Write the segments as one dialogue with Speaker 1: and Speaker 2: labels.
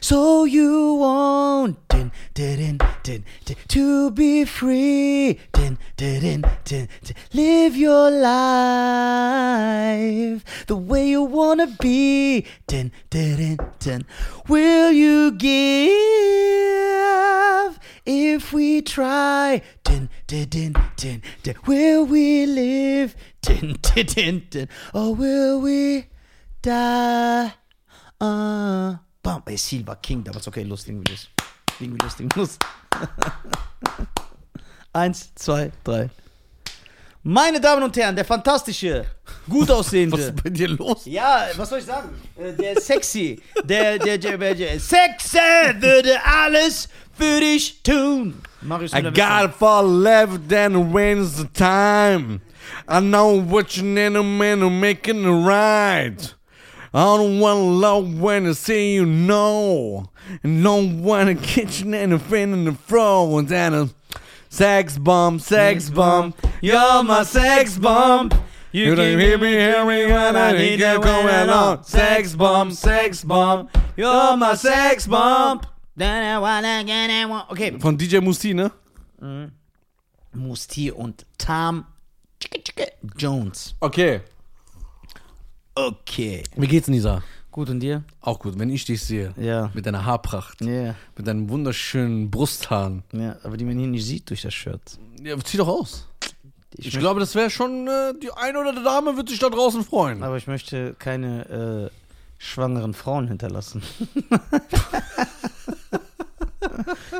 Speaker 1: So you want to be free. Live your life the way you wanna be. Will you give if we try? Will we live? Or will we die? Uh, bam. Ey, Silver King damals. Okay, los, legen wir los. Legen wir los, legen wir los. Eins, zwei, drei. Meine Damen und Herren, der fantastische, gut
Speaker 2: Was
Speaker 1: aussehende.
Speaker 2: ist bei dir los?
Speaker 1: Ja, was soll ich sagen? Äh, Der ist sexy. Der, der, der, der, der Sexy würde alles für dich tun. Marius
Speaker 2: I
Speaker 1: Müller-Western.
Speaker 2: got far left then when's the time. I know what you need a man to make it right. I don't wanna love when I say you know. And don't wanna kitchen and a friend in the throne. And a sex bomb, sex bomb. You're my sex bomb. You don't hear me, hear me when I need you going on. Sex bomb, sex bomb. You're my sex bomb.
Speaker 1: Okay.
Speaker 2: Von DJ Musti, ne?
Speaker 1: Musti und Tam Jones.
Speaker 2: Okay.
Speaker 1: Okay.
Speaker 2: Wie geht's, Nisa?
Speaker 1: Gut, und dir?
Speaker 2: Auch gut, wenn ich dich sehe.
Speaker 1: Ja.
Speaker 2: Mit deiner Haarpracht.
Speaker 1: Ja,
Speaker 2: Mit deinen wunderschönen Brusthaaren.
Speaker 1: ja, aber die man hier nicht sieht durch das Shirt.
Speaker 2: Ja, zieh doch aus.
Speaker 1: Ich,
Speaker 2: Ich, glaube, das wäre schon, äh, die eine oder andere Dame wird sich da draußen freuen.
Speaker 1: Aber ich möchte keine äh, schwangeren Frauen hinterlassen.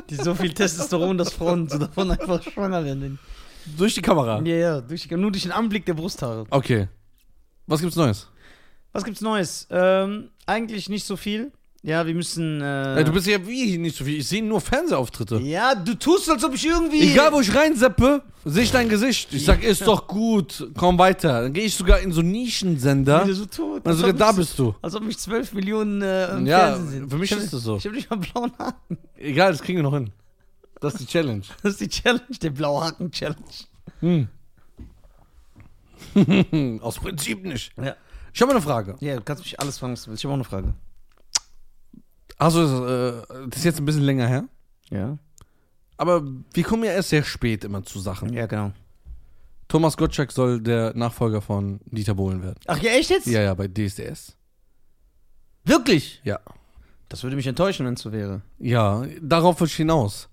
Speaker 1: die so viel Testosteron, dass Frauen so davon einfach schwanger werden.
Speaker 2: Durch die Kamera.
Speaker 1: Ja, ja, durch, nur durch den Anblick der Brusthaare.
Speaker 2: Okay. Was gibt's Neues?
Speaker 1: Was gibt's Neues? Ähm, eigentlich nicht so viel. Ja, wir müssen. Äh,
Speaker 2: Äh, du bist ja wie nicht so viel. Ich sehe nur Fernsehauftritte.
Speaker 1: ja, du tust, als ob ich irgendwie.
Speaker 2: Egal, wo ich reinseppe, sehe ich dein Gesicht. Ich sag, ist doch gut, komm weiter. Dann gehe ich sogar in so Nischensender.
Speaker 1: Wie du so tot.
Speaker 2: Und
Speaker 1: als
Speaker 2: sogar
Speaker 1: ob
Speaker 2: Also da
Speaker 1: ich-
Speaker 2: bist du.
Speaker 1: Als ob mich 12 Millionen äh, im
Speaker 2: Ja,
Speaker 1: Fernsehen sind.
Speaker 2: für mich
Speaker 1: ich
Speaker 2: ist das so.
Speaker 1: Ich hab nicht mal blauen Haken.
Speaker 2: Egal, das kriegen wir noch hin. Das ist die Challenge.
Speaker 1: Das ist die Challenge, der blaue Haken-Challenge.
Speaker 2: Hm, aus Prinzip nicht.
Speaker 1: Ja.
Speaker 2: Ich habe eine Frage.
Speaker 1: ja, du kannst mich alles fragen, was du willst. Ich habe auch eine Frage.
Speaker 2: Also, äh, das ist jetzt ein bisschen länger her.
Speaker 1: Ja.
Speaker 2: Aber wir kommen ja erst sehr spät immer zu Sachen.
Speaker 1: Ja, genau.
Speaker 2: Thomas Gottschalk soll der Nachfolger von Dieter Bohlen werden.
Speaker 1: Ach ja, echt jetzt?
Speaker 2: Ja, ja, bei DSDS.
Speaker 1: Wirklich?
Speaker 2: Ja.
Speaker 1: Das würde mich enttäuschen, wenn es so wäre.
Speaker 2: Ja, darauf will ich hinaus.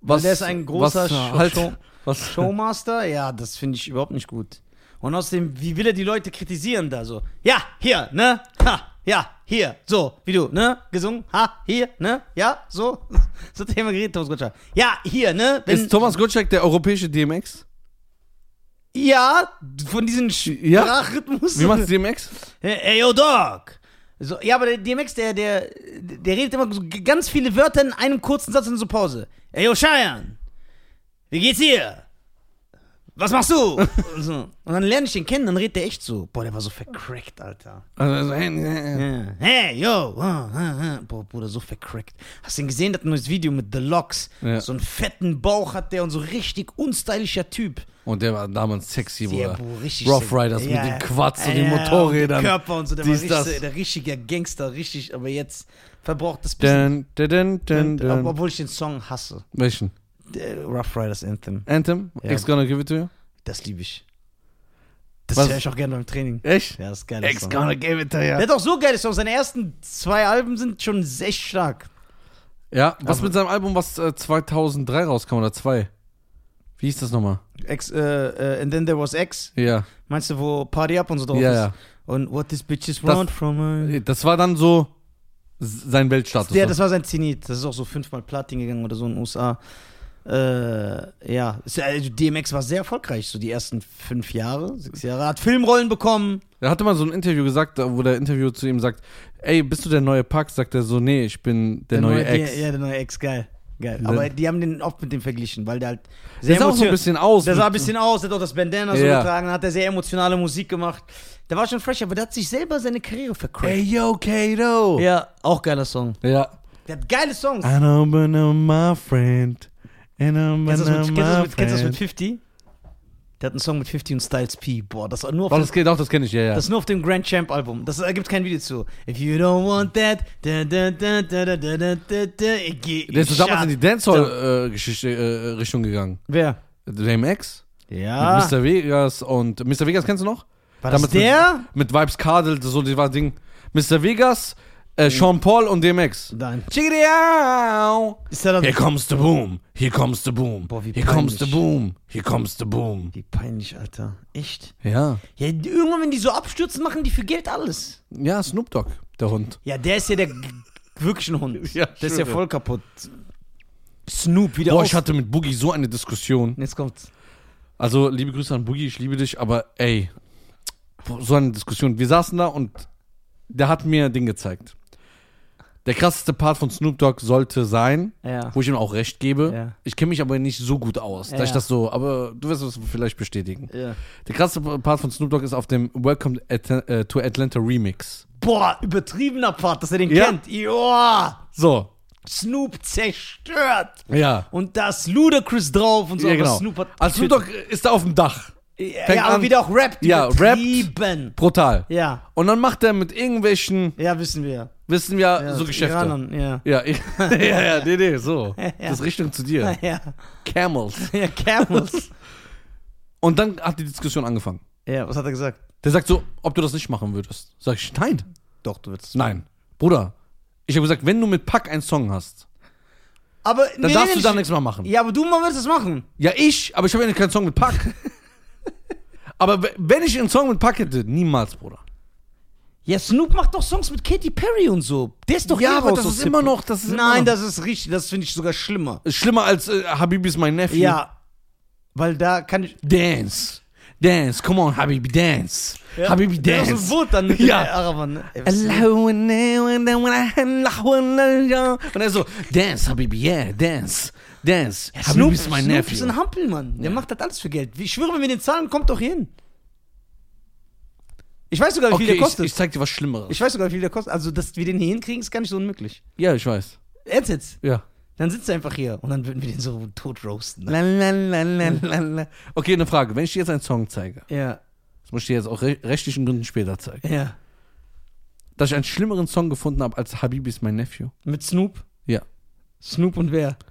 Speaker 2: Was,
Speaker 1: der ist ein großer
Speaker 2: was,
Speaker 1: Show-
Speaker 2: halt,
Speaker 1: Show-
Speaker 2: was,
Speaker 1: Showmaster? Ja, das finde ich überhaupt nicht gut. Und außerdem, wie will er die Leute kritisieren da so? Ja, hier, ne? Ha, ja, hier, so, wie du, ne? Gesungen, ha, hier, ne? Ja, so. So hat er immer geredet, Thomas Gottschalk. Ja, hier, ne? Wenn-
Speaker 2: Ist Thomas Gottschalk der europäische DMX?
Speaker 1: Ja, von diesem Sprachrhythmus.
Speaker 2: Wie macht's DMX?
Speaker 1: Hey, hey, yo, Dog! So, ja, aber der DMX, der, der, der redet immer so g- ganz viele Wörter in einem kurzen Satz und so Pause. Ey, yo, Cheyenne! Wie geht's dir? Was machst du? und, so. und dann lerne ich den kennen, dann redet der echt so. Boah, der war so vercrackt, Alter.
Speaker 2: Also, äh, äh, äh.
Speaker 1: Ja. Hey, yo! ah, ah, ah. Boah, Bruder, so vercrackt. Hast du denn gesehen, das neues Video mit The Locks?
Speaker 2: Ja.
Speaker 1: So einen fetten Bauch hat der und so richtig unstylischer Typ.
Speaker 2: Und der war damals sexy,
Speaker 1: Sehr
Speaker 2: Bruder.
Speaker 1: bu- richtig
Speaker 2: Rough
Speaker 1: sexy.
Speaker 2: Riders
Speaker 1: Ja,
Speaker 2: mit den
Speaker 1: ja.
Speaker 2: Quads und den
Speaker 1: Ja,
Speaker 2: Motorrädern.
Speaker 1: Und der Körper und so, der
Speaker 2: Dies,
Speaker 1: war richtig, der richtige Gangster, richtig, aber jetzt verbraucht das bisschen.
Speaker 2: Dun, dun, dun, dun,
Speaker 1: Ob-
Speaker 2: dun.
Speaker 1: Obwohl ich den Song hasse.
Speaker 2: Welchen?
Speaker 1: Der Rough Riders Anthem,
Speaker 2: Anthem?
Speaker 1: Ja.
Speaker 2: It's gonna give it to you?
Speaker 1: das liebe ich. Das
Speaker 2: Was-
Speaker 1: höre ich auch gerne beim Training.
Speaker 2: Echt?
Speaker 1: Ja, das ist geil.
Speaker 2: It's gonna give it to you.
Speaker 1: Der hat auch so geile Songs. Seine ersten zwei Alben sind schon sehr stark.
Speaker 2: Ja, was mit seinem Album, was äh, 2003 rauskam oder 2? Wie hieß das nochmal?
Speaker 1: Ex, äh, äh, and then there was X.
Speaker 2: Ja,
Speaker 1: Meinst du, wo Party Up und so drauf
Speaker 2: ja,
Speaker 1: ist?
Speaker 2: ja.
Speaker 1: Und What This Bitch Is
Speaker 2: Das-
Speaker 1: Want From Her.
Speaker 2: Das war dann so s- sein Weltstatus.
Speaker 1: Ja,
Speaker 2: ne?
Speaker 1: das war sein Zenit. Das ist auch so fünfmal Platin gegangen oder so in den USA. Äh, ja, Ist ja- also DMX war sehr erfolgreich, so die ersten fünf Jahre, sechs Jahre. Hat Filmrollen bekommen.
Speaker 2: er hatte mal so ein Interview gesagt, da- wo der Interview zu ihm sagt, ey, bist du der neue Pax? Sagt er so, nee, ich bin der, neue Ex.
Speaker 1: Ja, der neue Ex, geil. geil.
Speaker 2: Dann-
Speaker 1: Aber die haben den oft mit dem verglichen, weil der halt sehr
Speaker 2: der sah auch so ein
Speaker 1: emotion-
Speaker 2: bisschen aus.
Speaker 1: Der
Speaker 2: mit-
Speaker 1: sah ein bisschen aus, der hat auch das Bandana so
Speaker 2: Ja.
Speaker 1: getragen, hat er sehr emotionale Musik gemacht. Der war schon fresh, aber der hat sich selber seine Karriere vercrackt.
Speaker 2: Ey, yo, Kato.
Speaker 1: Ja, auch geiler Song.
Speaker 2: ja.
Speaker 1: Der hat geile Songs.
Speaker 2: I don't know my friend. And I'm
Speaker 1: Kennst du das mit, kennst du das
Speaker 2: my
Speaker 1: mit, kennst du das mit
Speaker 2: friend.
Speaker 1: 50? Der hat einen Song mit 50 und Styles P. Boah, das war nur auf,
Speaker 2: Doch,
Speaker 1: dem,
Speaker 2: das geht auch, das kenne ich, ja, ja.
Speaker 1: das ist nur auf dem Grand Champ Album. Das da gibt's kein Video zu. If you don't want that, da, da, da, da, da, da, da, da, da, ich geh
Speaker 2: der ist so damals in die äh, Dancehall-Richtung gegangen.
Speaker 1: Wer?
Speaker 2: Dame X?
Speaker 1: Ja.
Speaker 2: Mit Mr. Vegas und Mr. Vegas kennst du noch?
Speaker 1: Ah. war das
Speaker 2: damals
Speaker 1: der?
Speaker 2: Mit Vibes Cardle, so die war Ding. Mr. Vegas, äh, Sean Paul und DMX.
Speaker 1: Nein.
Speaker 2: Chigriau!
Speaker 1: Ist der dann.
Speaker 2: Here comes the boom, here comes the boom,
Speaker 1: Boah, wie
Speaker 2: here comes
Speaker 1: peinlich.
Speaker 2: the boom, here comes the boom.
Speaker 1: Wie peinlich, Alter. Echt?
Speaker 2: Ja.
Speaker 1: Ja, die- irgendwann, wenn die so abstürzen, machen die für Geld alles.
Speaker 2: Ja, Snoop Dogg, der Hund.
Speaker 1: Ja, der ist ja der g- wirklich ein Hund.
Speaker 2: Ja,
Speaker 1: der ist ja
Speaker 2: schwöre.
Speaker 1: voll kaputt. Snoop wieder
Speaker 2: Boah,
Speaker 1: auf.
Speaker 2: ich hatte mit Boogie so eine Diskussion.
Speaker 1: Jetzt kommt's.
Speaker 2: Also, liebe Grüße an Boogie, ich liebe dich, aber ey, so eine Diskussion. Wir saßen da und der hat mir Ding gezeigt. Der krasseste Part von Snoop Dogg sollte sein,
Speaker 1: Ja.
Speaker 2: wo ich ihm auch recht gebe.
Speaker 1: Ja.
Speaker 2: Ich kenne mich aber nicht so gut aus,
Speaker 1: Ja.
Speaker 2: dass ich das so, aber du wirst es vielleicht bestätigen.
Speaker 1: ja.
Speaker 2: Der krasseste Part von Snoop Dogg ist auf dem Welcome at, äh, to Atlanta Remix.
Speaker 1: Boah, übertriebener Part, dass er den
Speaker 2: Ja.
Speaker 1: kennt. Joa,
Speaker 2: So,
Speaker 1: Snoop zerstört.
Speaker 2: ja.
Speaker 1: Und da ist Ludacris drauf und so.
Speaker 2: ja,
Speaker 1: aber
Speaker 2: genau.
Speaker 1: Snoop hat
Speaker 2: also Snoop Dogg ist da auf dem Dach.
Speaker 1: ja,
Speaker 2: fängt
Speaker 1: ja, aber
Speaker 2: an-
Speaker 1: wieder auch rappt.
Speaker 2: Ja, rappt.
Speaker 1: übertrieben.
Speaker 2: Brutal.
Speaker 1: Ja,
Speaker 2: Und dann macht er mit irgendwelchen,
Speaker 1: ja, wissen wir.
Speaker 2: wissen wir,
Speaker 1: Ja,
Speaker 2: so
Speaker 1: aus
Speaker 2: Geschäfte.
Speaker 1: Iranern, Ja.
Speaker 2: Ja, ich- ja, ja, nee, nee, so.
Speaker 1: Ja.
Speaker 2: Das ist Richtung zu dir.
Speaker 1: Ja,
Speaker 2: Camels.
Speaker 1: ja, Camels.
Speaker 2: Und dann hat die Diskussion angefangen.
Speaker 1: ja, was hat er gesagt?
Speaker 2: Der sagt so, ob du das nicht machen würdest. Sag ich, nein,
Speaker 1: Doch, du willst.
Speaker 2: nein. Bruder, ich habe gesagt, wenn du mit Pack einen Song hast,
Speaker 1: Aber
Speaker 2: dann darfst du da
Speaker 1: nicht-
Speaker 2: nichts mehr machen. Ja,
Speaker 1: Ja, aber du mal würdest es machen.
Speaker 2: ich, aber ich habe ja keinen Song mit Pack. aber w- wenn ich einen Song mit Pack hätte, niemals, Bruder.
Speaker 1: Ja, Snoop macht doch Songs mit Katy Perry und so. Der ist doch eh
Speaker 2: ja, aber
Speaker 1: raus
Speaker 2: das
Speaker 1: aus
Speaker 2: ist
Speaker 1: Hip-Hop.
Speaker 2: immer noch, das ist
Speaker 1: Nein,
Speaker 2: immer noch,
Speaker 1: das ist richtig. Das finde ich sogar schlimmer.
Speaker 2: das schlimmer als äh, Habibi ist mein Neffe.
Speaker 1: Ja. Weil da kann ich.
Speaker 2: Dance. Dance, come on, Habibi, dance.
Speaker 1: Ja.
Speaker 2: Habibi,
Speaker 1: Der ist
Speaker 2: dance.
Speaker 1: so ein Wut dann mit
Speaker 2: Ja. Also
Speaker 1: den Arabern. ne? Ey, was-
Speaker 2: Und er so, Dance, Habibi, yeah, Dance, Dance.
Speaker 1: Ja,
Speaker 2: Habibi
Speaker 1: Snoop,
Speaker 2: ist mein
Speaker 1: Snoop
Speaker 2: Neffe.
Speaker 1: ist ein Hampelmann. Der macht das alles für Geld. Ich schwöre, wenn wir den zahlen, kommt doch hin. Ich weiß sogar, wie viel
Speaker 2: Okay,
Speaker 1: der
Speaker 2: ich,
Speaker 1: kostet.
Speaker 2: ich
Speaker 1: Ich,
Speaker 2: zeig dir was Schlimmeres.
Speaker 1: weiß sogar, wie viel der kostet. Also, dass wir den hier hinkriegen, ist gar nicht so unmöglich.
Speaker 2: ja, ich weiß.
Speaker 1: Ernst jetzt?
Speaker 2: Ja.
Speaker 1: Dann sitzt er einfach hier und dann würden wir den so tot roasten. Ne?
Speaker 2: La, la, la, la, la, la. Okay, eine Frage. Wenn ich dir jetzt einen Song zeige,
Speaker 1: Ja,
Speaker 2: das muss ich dir jetzt auch re rechtlichen Gründen später zeigen,
Speaker 1: ja.
Speaker 2: dass ich einen schlimmeren Song gefunden habe als Habibi ist mein Nephew.
Speaker 1: Mit Snoop?
Speaker 2: Ja.
Speaker 1: Snoop und wer?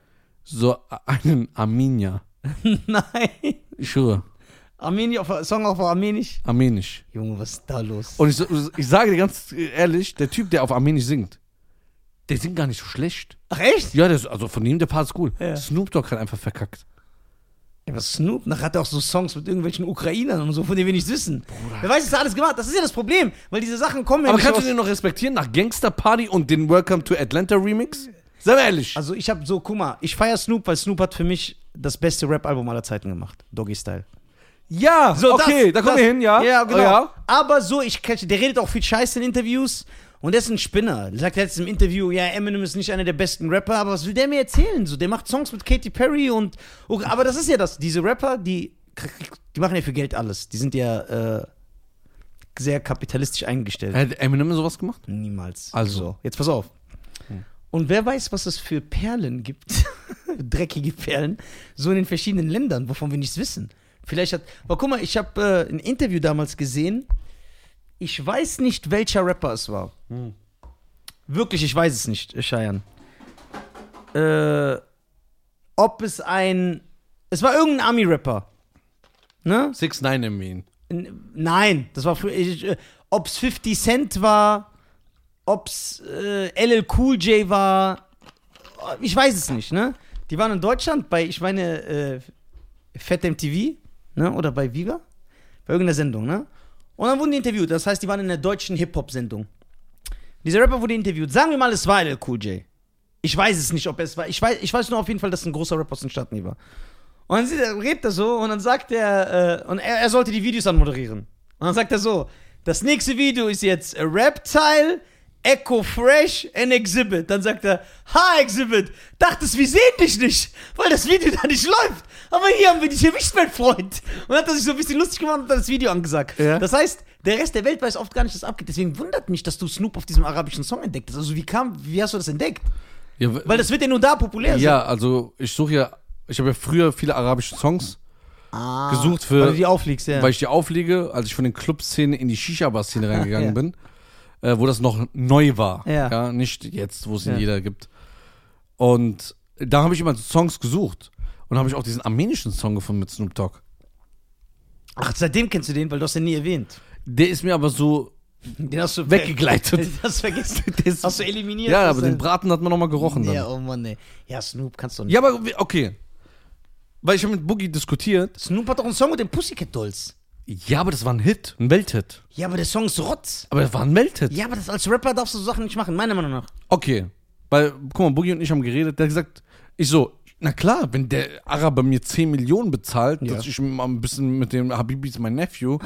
Speaker 2: So einen Arminia.
Speaker 1: Nein.
Speaker 2: Ich schwöre,
Speaker 1: Armenisch, auf, Song auf Armenisch.
Speaker 2: Armenisch.
Speaker 1: Junge, was ist da los?
Speaker 2: Und ich, so- ich sage dir ganz ehrlich, der Typ, der auf Armenisch singt, der singt gar nicht so schlecht.
Speaker 1: Ach echt?
Speaker 2: Ja, das, also von ihm der Part ist cool.
Speaker 1: Ja.
Speaker 2: Snoop Dogg hat einfach verkackt.
Speaker 1: Ja, was Snoop? Nachher hat er auch so Songs mit irgendwelchen Ukrainern und so, von denen wir nichts wissen. Wer weiß, was er alles gemacht hat. Das ist ja das Problem, weil diese Sachen kommen ja
Speaker 2: Aber
Speaker 1: nicht
Speaker 2: kannst
Speaker 1: aus-
Speaker 2: du den noch respektieren nach Gangster Party und den Welcome to Atlanta Remix? Sei mal ehrlich.
Speaker 1: Also ich habe so, guck mal, ich feier Snoop, weil Snoop hat für mich das beste Rap-Album aller Zeiten gemacht. Doggy Style.
Speaker 2: ja,
Speaker 1: So,
Speaker 2: okay, da
Speaker 1: das-
Speaker 2: kommen wir hin, ja?
Speaker 1: Ja, genau.
Speaker 2: Oh, ja.
Speaker 1: Aber so, ich catch, der redet auch viel Scheiße in Interviews und der ist ein Spinner. Der sagt jetzt im Interview, ja, Eminem ist nicht einer der besten Rapper, aber was will der mir erzählen? So, der macht Songs mit Katy Perry und. Okay, aber das ist ja das. Diese Rapper, die, die machen ja für Geld alles. Die sind ja äh, sehr kapitalistisch eingestellt.
Speaker 2: Hat Eminem sowas gemacht?
Speaker 1: Niemals.
Speaker 2: Also.
Speaker 1: So, jetzt pass auf. Und wer weiß, was es für Perlen gibt, dreckige Perlen, so in den verschiedenen Ländern, wovon wir nichts wissen. Vielleicht hat. Aber guck mal, ich habe äh, ein Interview damals gesehen. Ich weiß nicht, welcher Rapper es war. Wirklich, ich weiß es nicht, äh, Cheyenne. Äh, ob es ein. Es war irgendein Army-Rapper. Ne?
Speaker 2: Six Nine im Wien.
Speaker 1: N- Nein, das war früher. ich- äh, Ob's 50 Cent war, ob's äh, LL Cool J war, ich weiß es nicht, ne? Die waren in Deutschland bei, ich meine, äh, Fett MTV, ne? Oder bei Viva? Bei irgendeiner Sendung, ne? Und dann wurden die interviewt, das heißt, die waren in der deutschen Hip-Hop-Sendung. Dieser Rapper wurde interviewt. Sagen wir mal, es war LL Cool J. Ich weiß es nicht, ob es war. Ich weiß, ich weiß nur auf jeden Fall, dass ein großer Rapper aus den Staaten hier war. Und dann sieht er, redet er so und dann sagt er, äh, und er, er sollte die Videos dann moderieren. Und dann sagt er so: Das nächste Video ist jetzt Reptile, Echo Fresh and Exhibit. Dann sagt er: Ha, Exhibit, dachtest, wir sehen dich nicht, weil das Video da nicht läuft. Aber hier haben wir dich erwischt, mein Freund. Und dann hat er sich so ein bisschen lustig gemacht und hat das Video angesagt.
Speaker 2: Ja.
Speaker 1: Das heißt, der Rest der Welt weiß oft gar nicht, was abgeht. Deswegen wundert mich, dass du Snoop auf diesem arabischen Song entdeckt hast. Also, wie kam, wie hast du das entdeckt?
Speaker 2: Ja, w-
Speaker 1: Weil das wird ja nur da populär.
Speaker 2: ja also ich suche ja, ich habe ja früher viele arabische Songs
Speaker 1: Ah,
Speaker 2: gesucht für,
Speaker 1: Weil du die aufliegst, ja.
Speaker 2: weil ich die auflege, als ich von den Clubszene in die Shisha-Bar-Szene reingegangen
Speaker 1: Ja.
Speaker 2: bin, äh, wo das noch neu war.
Speaker 1: Ja.
Speaker 2: nicht jetzt, wo es
Speaker 1: Ja.
Speaker 2: in jeder gibt. Und da habe ich immer Songs gesucht. Und habe ich auch diesen armenischen Song gefunden mit Snoop Dogg.
Speaker 1: Ach, seitdem kennst du den, weil du hast den nie erwähnt.
Speaker 2: Der ist mir aber so.
Speaker 1: Den hast du
Speaker 2: Weggegleitet.
Speaker 1: Den hast du vergessen.
Speaker 2: Das-
Speaker 1: hast du eliminiert.
Speaker 2: Ja,
Speaker 1: Das
Speaker 2: aber
Speaker 1: ist
Speaker 2: den
Speaker 1: ein-
Speaker 2: Braten hat man nochmal gerochen dann.
Speaker 1: Ja,
Speaker 2: Ja,
Speaker 1: oh Mann, ey. Ja, Snoop kannst du nicht.
Speaker 2: ja aber wie- okay. Weil ich habe mit Boogie diskutiert.
Speaker 1: Snoop hat doch einen Song mit den Pussycat Dolls.
Speaker 2: Ja, aber das war ein Hit, ein Welthit.
Speaker 1: Ja, aber der Song ist Rotz.
Speaker 2: Aber das war ein Welthit.
Speaker 1: Ja, aber das, als Rapper darfst du so Sachen nicht machen, meiner Meinung nach.
Speaker 2: Okay. Weil, guck mal, Boogie und ich haben geredet. Der hat gesagt, ich so, na klar, wenn der Araber mir 10 Millionen bezahlt, dass ich mal ein bisschen mit dem Habibis, mein Nephew,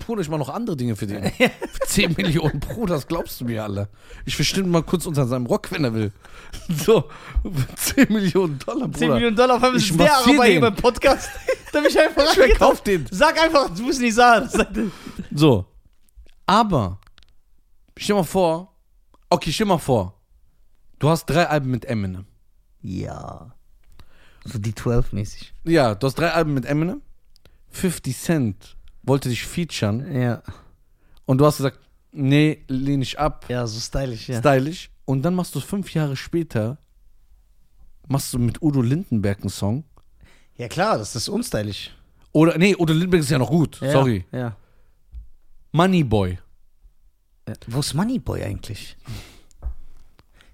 Speaker 2: Bruder, ich mache noch andere Dinge für den. Für 10 Millionen, Bruder, das glaubst du mir alle. Ich verstehe mal kurz unter seinem Rock, wenn er will. So, 10 Millionen Dollar, Bruder.
Speaker 1: 10 Millionen Dollar, auf einmal
Speaker 2: Ich
Speaker 1: ist der
Speaker 2: massier
Speaker 1: Araber
Speaker 2: den.
Speaker 1: hier beim Podcast. da bin ich einfach
Speaker 2: Ich verkauf den.
Speaker 1: Sag einfach, du musst nicht sagen.
Speaker 2: So. Aber, stell mal vor, okay, stell mal vor, du hast drei Alben mit Eminem.
Speaker 1: ja. So die 12 mäßig.
Speaker 2: Ja, du hast drei Alben mit Eminem. 50 Cent wollte dich featuren
Speaker 1: Ja.
Speaker 2: und du hast gesagt, nee, lehne ich ab,
Speaker 1: Ja, so stylisch, ja.
Speaker 2: stylisch. Und dann machst du fünf Jahre später, machst du mit Udo Lindenberg einen Song.
Speaker 1: ja, klar, das ist unstylisch.
Speaker 2: Oder, nee, Udo Lindenberg ist ja noch gut,
Speaker 1: Ja,
Speaker 2: sorry.
Speaker 1: Ja.
Speaker 2: Moneyboy,
Speaker 1: Ja. Wo ist Moneyboy eigentlich?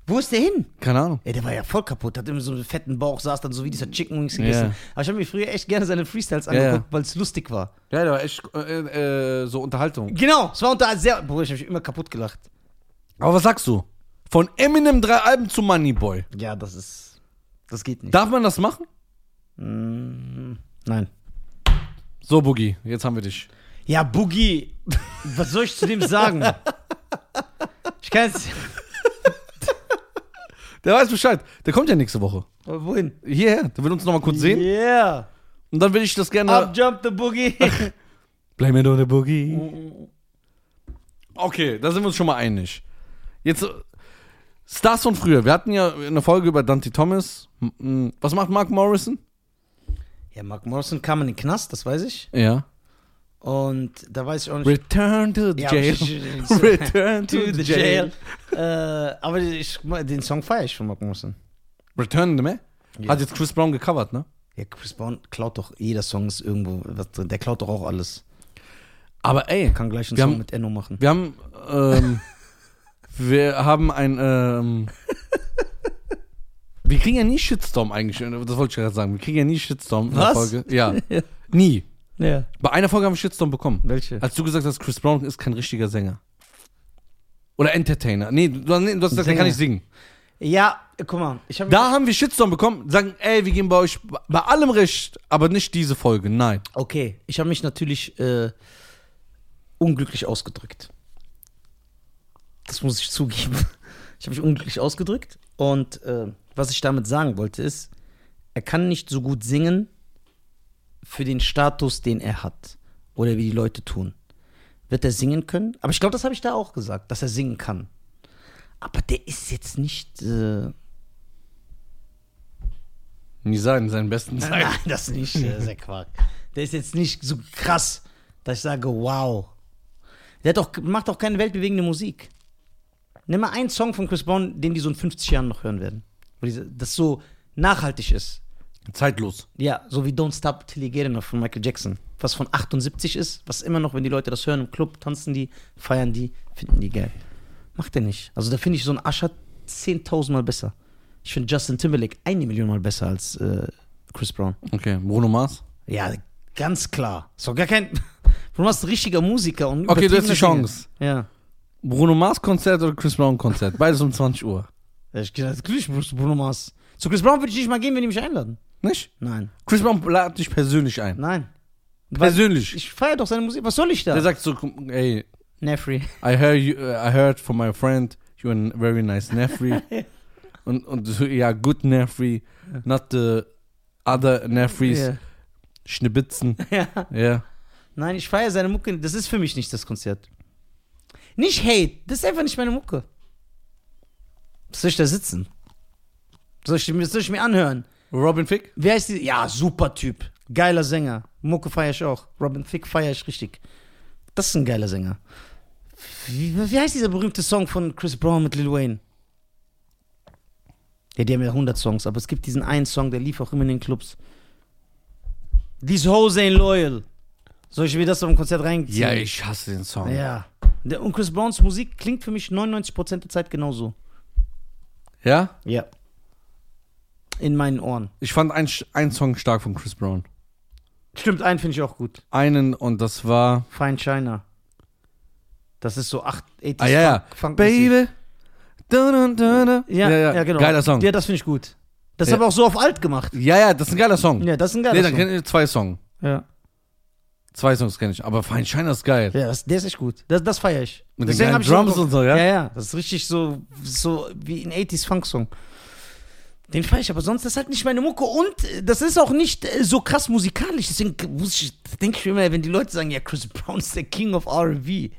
Speaker 1: Wo ist der hin?
Speaker 2: keine Ahnung.
Speaker 1: Ey, der war ja voll kaputt, hat immer so einen fetten Bauch, saß dann so wie dieser Chicken Wings gegessen.
Speaker 2: Ja.
Speaker 1: Aber ich habe mir früher echt gerne seine Freestyles
Speaker 2: ja.
Speaker 1: angeguckt, weil es lustig war.
Speaker 2: Ja, der war echt äh, äh, so Unterhaltung.
Speaker 1: Genau, es war unter sehr. Bruder, ich habe mich immer kaputt gelacht.
Speaker 2: Aber was sagst du? Von Eminem drei Alben zu Moneyboy.
Speaker 1: Ja, das ist. Das geht nicht.
Speaker 2: Darf man das machen?
Speaker 1: Nein.
Speaker 2: So, Boogie, jetzt haben wir dich.
Speaker 1: Ja, Boogie, was soll ich zu dem sagen? Ich kann jetzt.
Speaker 2: Der weiß Bescheid. Der kommt ja nächste Woche.
Speaker 1: Äh, Wohin?
Speaker 2: Hierher. Der will uns nochmal kurz sehen.
Speaker 1: Yeah.
Speaker 2: Und dann will ich das gerne.
Speaker 1: Up jump the Boogie.
Speaker 2: Blame it on the Boogie. Okay, da sind wir uns schon mal einig. Jetzt äh, Stars von früher. Wir hatten ja eine Folge über Dante Thomas. M- m, Was macht Mark Morrison?
Speaker 1: Ja, Mark Morrison kam in den Knast, das weiß ich.
Speaker 2: Ja.
Speaker 1: Und da weiß ich auch nicht.
Speaker 2: Return to the
Speaker 1: Ja,
Speaker 2: jail.
Speaker 1: ich-
Speaker 2: Return to, the, jail.
Speaker 1: Äh, aber ich, den Song feiere ich von Mark Morrison.
Speaker 2: Return to the
Speaker 1: Ja.
Speaker 2: Hat jetzt Chris Brown gecovert, ne?
Speaker 1: Ja, Chris Brown klaut doch jeder Song ist irgendwo was drin. Der klaut doch auch alles.
Speaker 2: Aber ey,
Speaker 1: Kann gleich einen
Speaker 2: Wir
Speaker 1: Song
Speaker 2: haben-
Speaker 1: mit Enno machen.
Speaker 2: Wir haben, ähm, wir haben ein, ähm, wir kriegen ja nie Shitstorm eigentlich. Das wollte ich gerade sagen. Wir kriegen ja nie Shitstorm in
Speaker 1: Was?
Speaker 2: der Folge. Ja, nie.
Speaker 1: Ja.
Speaker 2: Bei einer Folge haben wir Shitstorm bekommen.
Speaker 1: Welche?
Speaker 2: Als du gesagt hast, Chris Brown ist kein richtiger Sänger. Oder Entertainer. Nee, du, nee, du hast gesagt, er
Speaker 1: Sänger.
Speaker 2: kann nicht singen.
Speaker 1: Ja, guck mal. Ich hab
Speaker 2: Da haben wir Shitstorm bekommen. Sagen, ey, wir geben bei euch bei allem recht, aber nicht diese Folge. Nein.
Speaker 1: Okay, ich habe mich natürlich äh, unglücklich ausgedrückt. Das muss ich zugeben. Ich habe mich unglücklich ausgedrückt. Und äh, was ich damit sagen wollte, ist, er kann nicht so gut singen für den Status, den er hat. Oder wie die Leute tun. Wird er singen können? Aber ich glaube, das habe ich da auch gesagt, dass er singen kann. Aber der ist jetzt nicht. Äh,
Speaker 2: Nie sein, seinen besten Zeiten.
Speaker 1: Nein, das nicht. äh, Das ist ja Quark. Der ist jetzt nicht so krass, dass ich sage, wow. Der hat doch, macht doch keine weltbewegende Musik. Nimm mal einen Song von Chris Brown, den die so in 50 Jahren noch hören werden. Wo diese- Das so nachhaltig ist.
Speaker 2: Zeitlos.
Speaker 1: Ja, so wie Don't Stop Till You Get Enough von Michael Jackson. Was von 78 ist, was immer noch, wenn die Leute das hören im Club, tanzen die, feiern die, finden die geil. Macht er nicht. Also da finde ich so einen Ascher 10.000 Mal besser. Ich finde Justin Timberlake eine Million Mal besser als äh, Chris Brown.
Speaker 2: Okay, Bruno Mars.
Speaker 1: Ja, ganz klar. So gar kein. Du warst ein richtiger Musiker und
Speaker 2: Okay, du hast die
Speaker 1: übertriebener
Speaker 2: Chance.
Speaker 1: Sänger. Ja.
Speaker 2: Bruno Mars Konzert oder Chris Brown Konzert? Beides um 20 Uhr.
Speaker 1: Ja, Ich natürlich Bruce Bruno Mars. Zu Chris Brown würde ich nicht mal gehen, wenn die mich einladen.
Speaker 2: Nicht?
Speaker 1: Nein,
Speaker 2: Chris Brown lädt dich persönlich ein.
Speaker 1: nein.
Speaker 2: Persönlich.
Speaker 1: Ich feiere doch seine Musik. Was soll ich da?
Speaker 2: Der sagt so, ey,
Speaker 1: Nefri.
Speaker 2: I heard, you, uh, I heard from my friend, you're a very nice nephew. und, und so, ja, good nephew, not the other nephews.
Speaker 1: Ja.
Speaker 2: Schneebitzen.
Speaker 1: Ja.
Speaker 2: Ja.
Speaker 1: Nein, ich feiere seine Mucke. Das ist für mich nicht das Konzert. Nicht Hate. Das ist einfach nicht meine Mucke. Was soll ich da sitzen? Was Soll ich, was soll ich mir anhören?
Speaker 2: Robin Fick?
Speaker 1: Wer ist die? Ja, super Typ. Geiler Sänger. Mucke feier ich auch. Robin Thicke feier ich richtig. Das ist ein geiler Sänger. Wie, wie heißt dieser berühmte Song von Chris Brown mit Lil Wayne? Ja, die haben ja 100 Songs, aber es gibt diesen einen Song, der lief auch immer in den Clubs. These hoes ain't loyal. Soll ich mir das auf dem Konzert reinziehen?
Speaker 2: Ja, ich hasse den Song.
Speaker 1: Ja. Der- Und Chris Browns Musik klingt für mich 99% der Zeit genauso.
Speaker 2: Ja?
Speaker 1: Ja. In meinen Ohren.
Speaker 2: Ich fand einen ein Song stark von Chris Brown.
Speaker 1: Stimmt, einen finde ich auch gut.
Speaker 2: Einen und das war.
Speaker 1: Fine China. Das ist so 8, 80s
Speaker 2: Ah, ja, ja.
Speaker 1: Funk- Funk
Speaker 2: Baby. Dun, dun, dun, dun.
Speaker 1: Ja, ja, genau.
Speaker 2: Geiler Song.
Speaker 1: Ja, das finde ich gut. Das
Speaker 2: Ja.
Speaker 1: habe ich auch so auf alt gemacht.
Speaker 2: Ja, ja, das ist ein geiler Song.
Speaker 1: Ja, das ist ein geiler
Speaker 2: nee, dann
Speaker 1: Song.
Speaker 2: kenne ich zwei Songs.
Speaker 1: Ja,
Speaker 2: Zwei Songs kenne ich. Aber Fine China ist geil.
Speaker 1: ja das, der ist echt gut. Das, das feiere ich.
Speaker 2: Mit den
Speaker 1: Deswegen
Speaker 2: geilen
Speaker 1: hab ich
Speaker 2: Drums
Speaker 1: geguckt.
Speaker 2: und so, ja?
Speaker 1: Ja, ja. Das ist richtig so, so wie ein 80s Funk-Song. Den feiere ich, aber sonst das ist halt nicht meine Mucke. Und äh, das ist auch nicht äh, so krass musikalisch. Deswegen muss ich- denke ich mir immer, wenn die Leute sagen, ja, Chris Brown ist der King of R&B.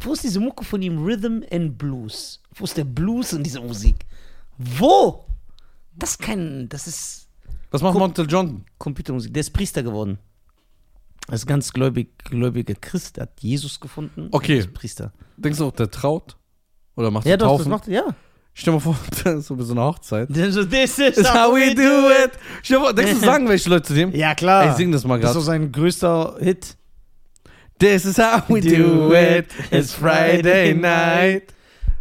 Speaker 1: Wo ist diese Mucke von ihm? Rhythm and Blues. Wo ist der Blues in dieser Musik? Wo? Das ist kein, das ist
Speaker 2: Was macht Montel John?
Speaker 1: Computermusik. Der ist Priester geworden. Er ist ganz gläubig, gläubiger Christ. Er hat Jesus gefunden.
Speaker 2: Okay.
Speaker 1: Er Ist Priester.
Speaker 2: Denkst du auch, der traut? Oder macht
Speaker 1: Ja,
Speaker 2: er
Speaker 1: doch, das
Speaker 2: Taufen?
Speaker 1: macht er, ja.
Speaker 2: Stell dir mal vor, der ist so bei so einer Hochzeit.
Speaker 1: Denn so, this is
Speaker 2: That's how we do it. Stell dir mal vor, denkst du, sagen welche Leute zu dem?
Speaker 1: Ja, klar.
Speaker 2: Ey, sing das mal
Speaker 1: Das ist
Speaker 2: gerade.
Speaker 1: doch sein größter Hit.
Speaker 2: This is how we do it. It's Friday night.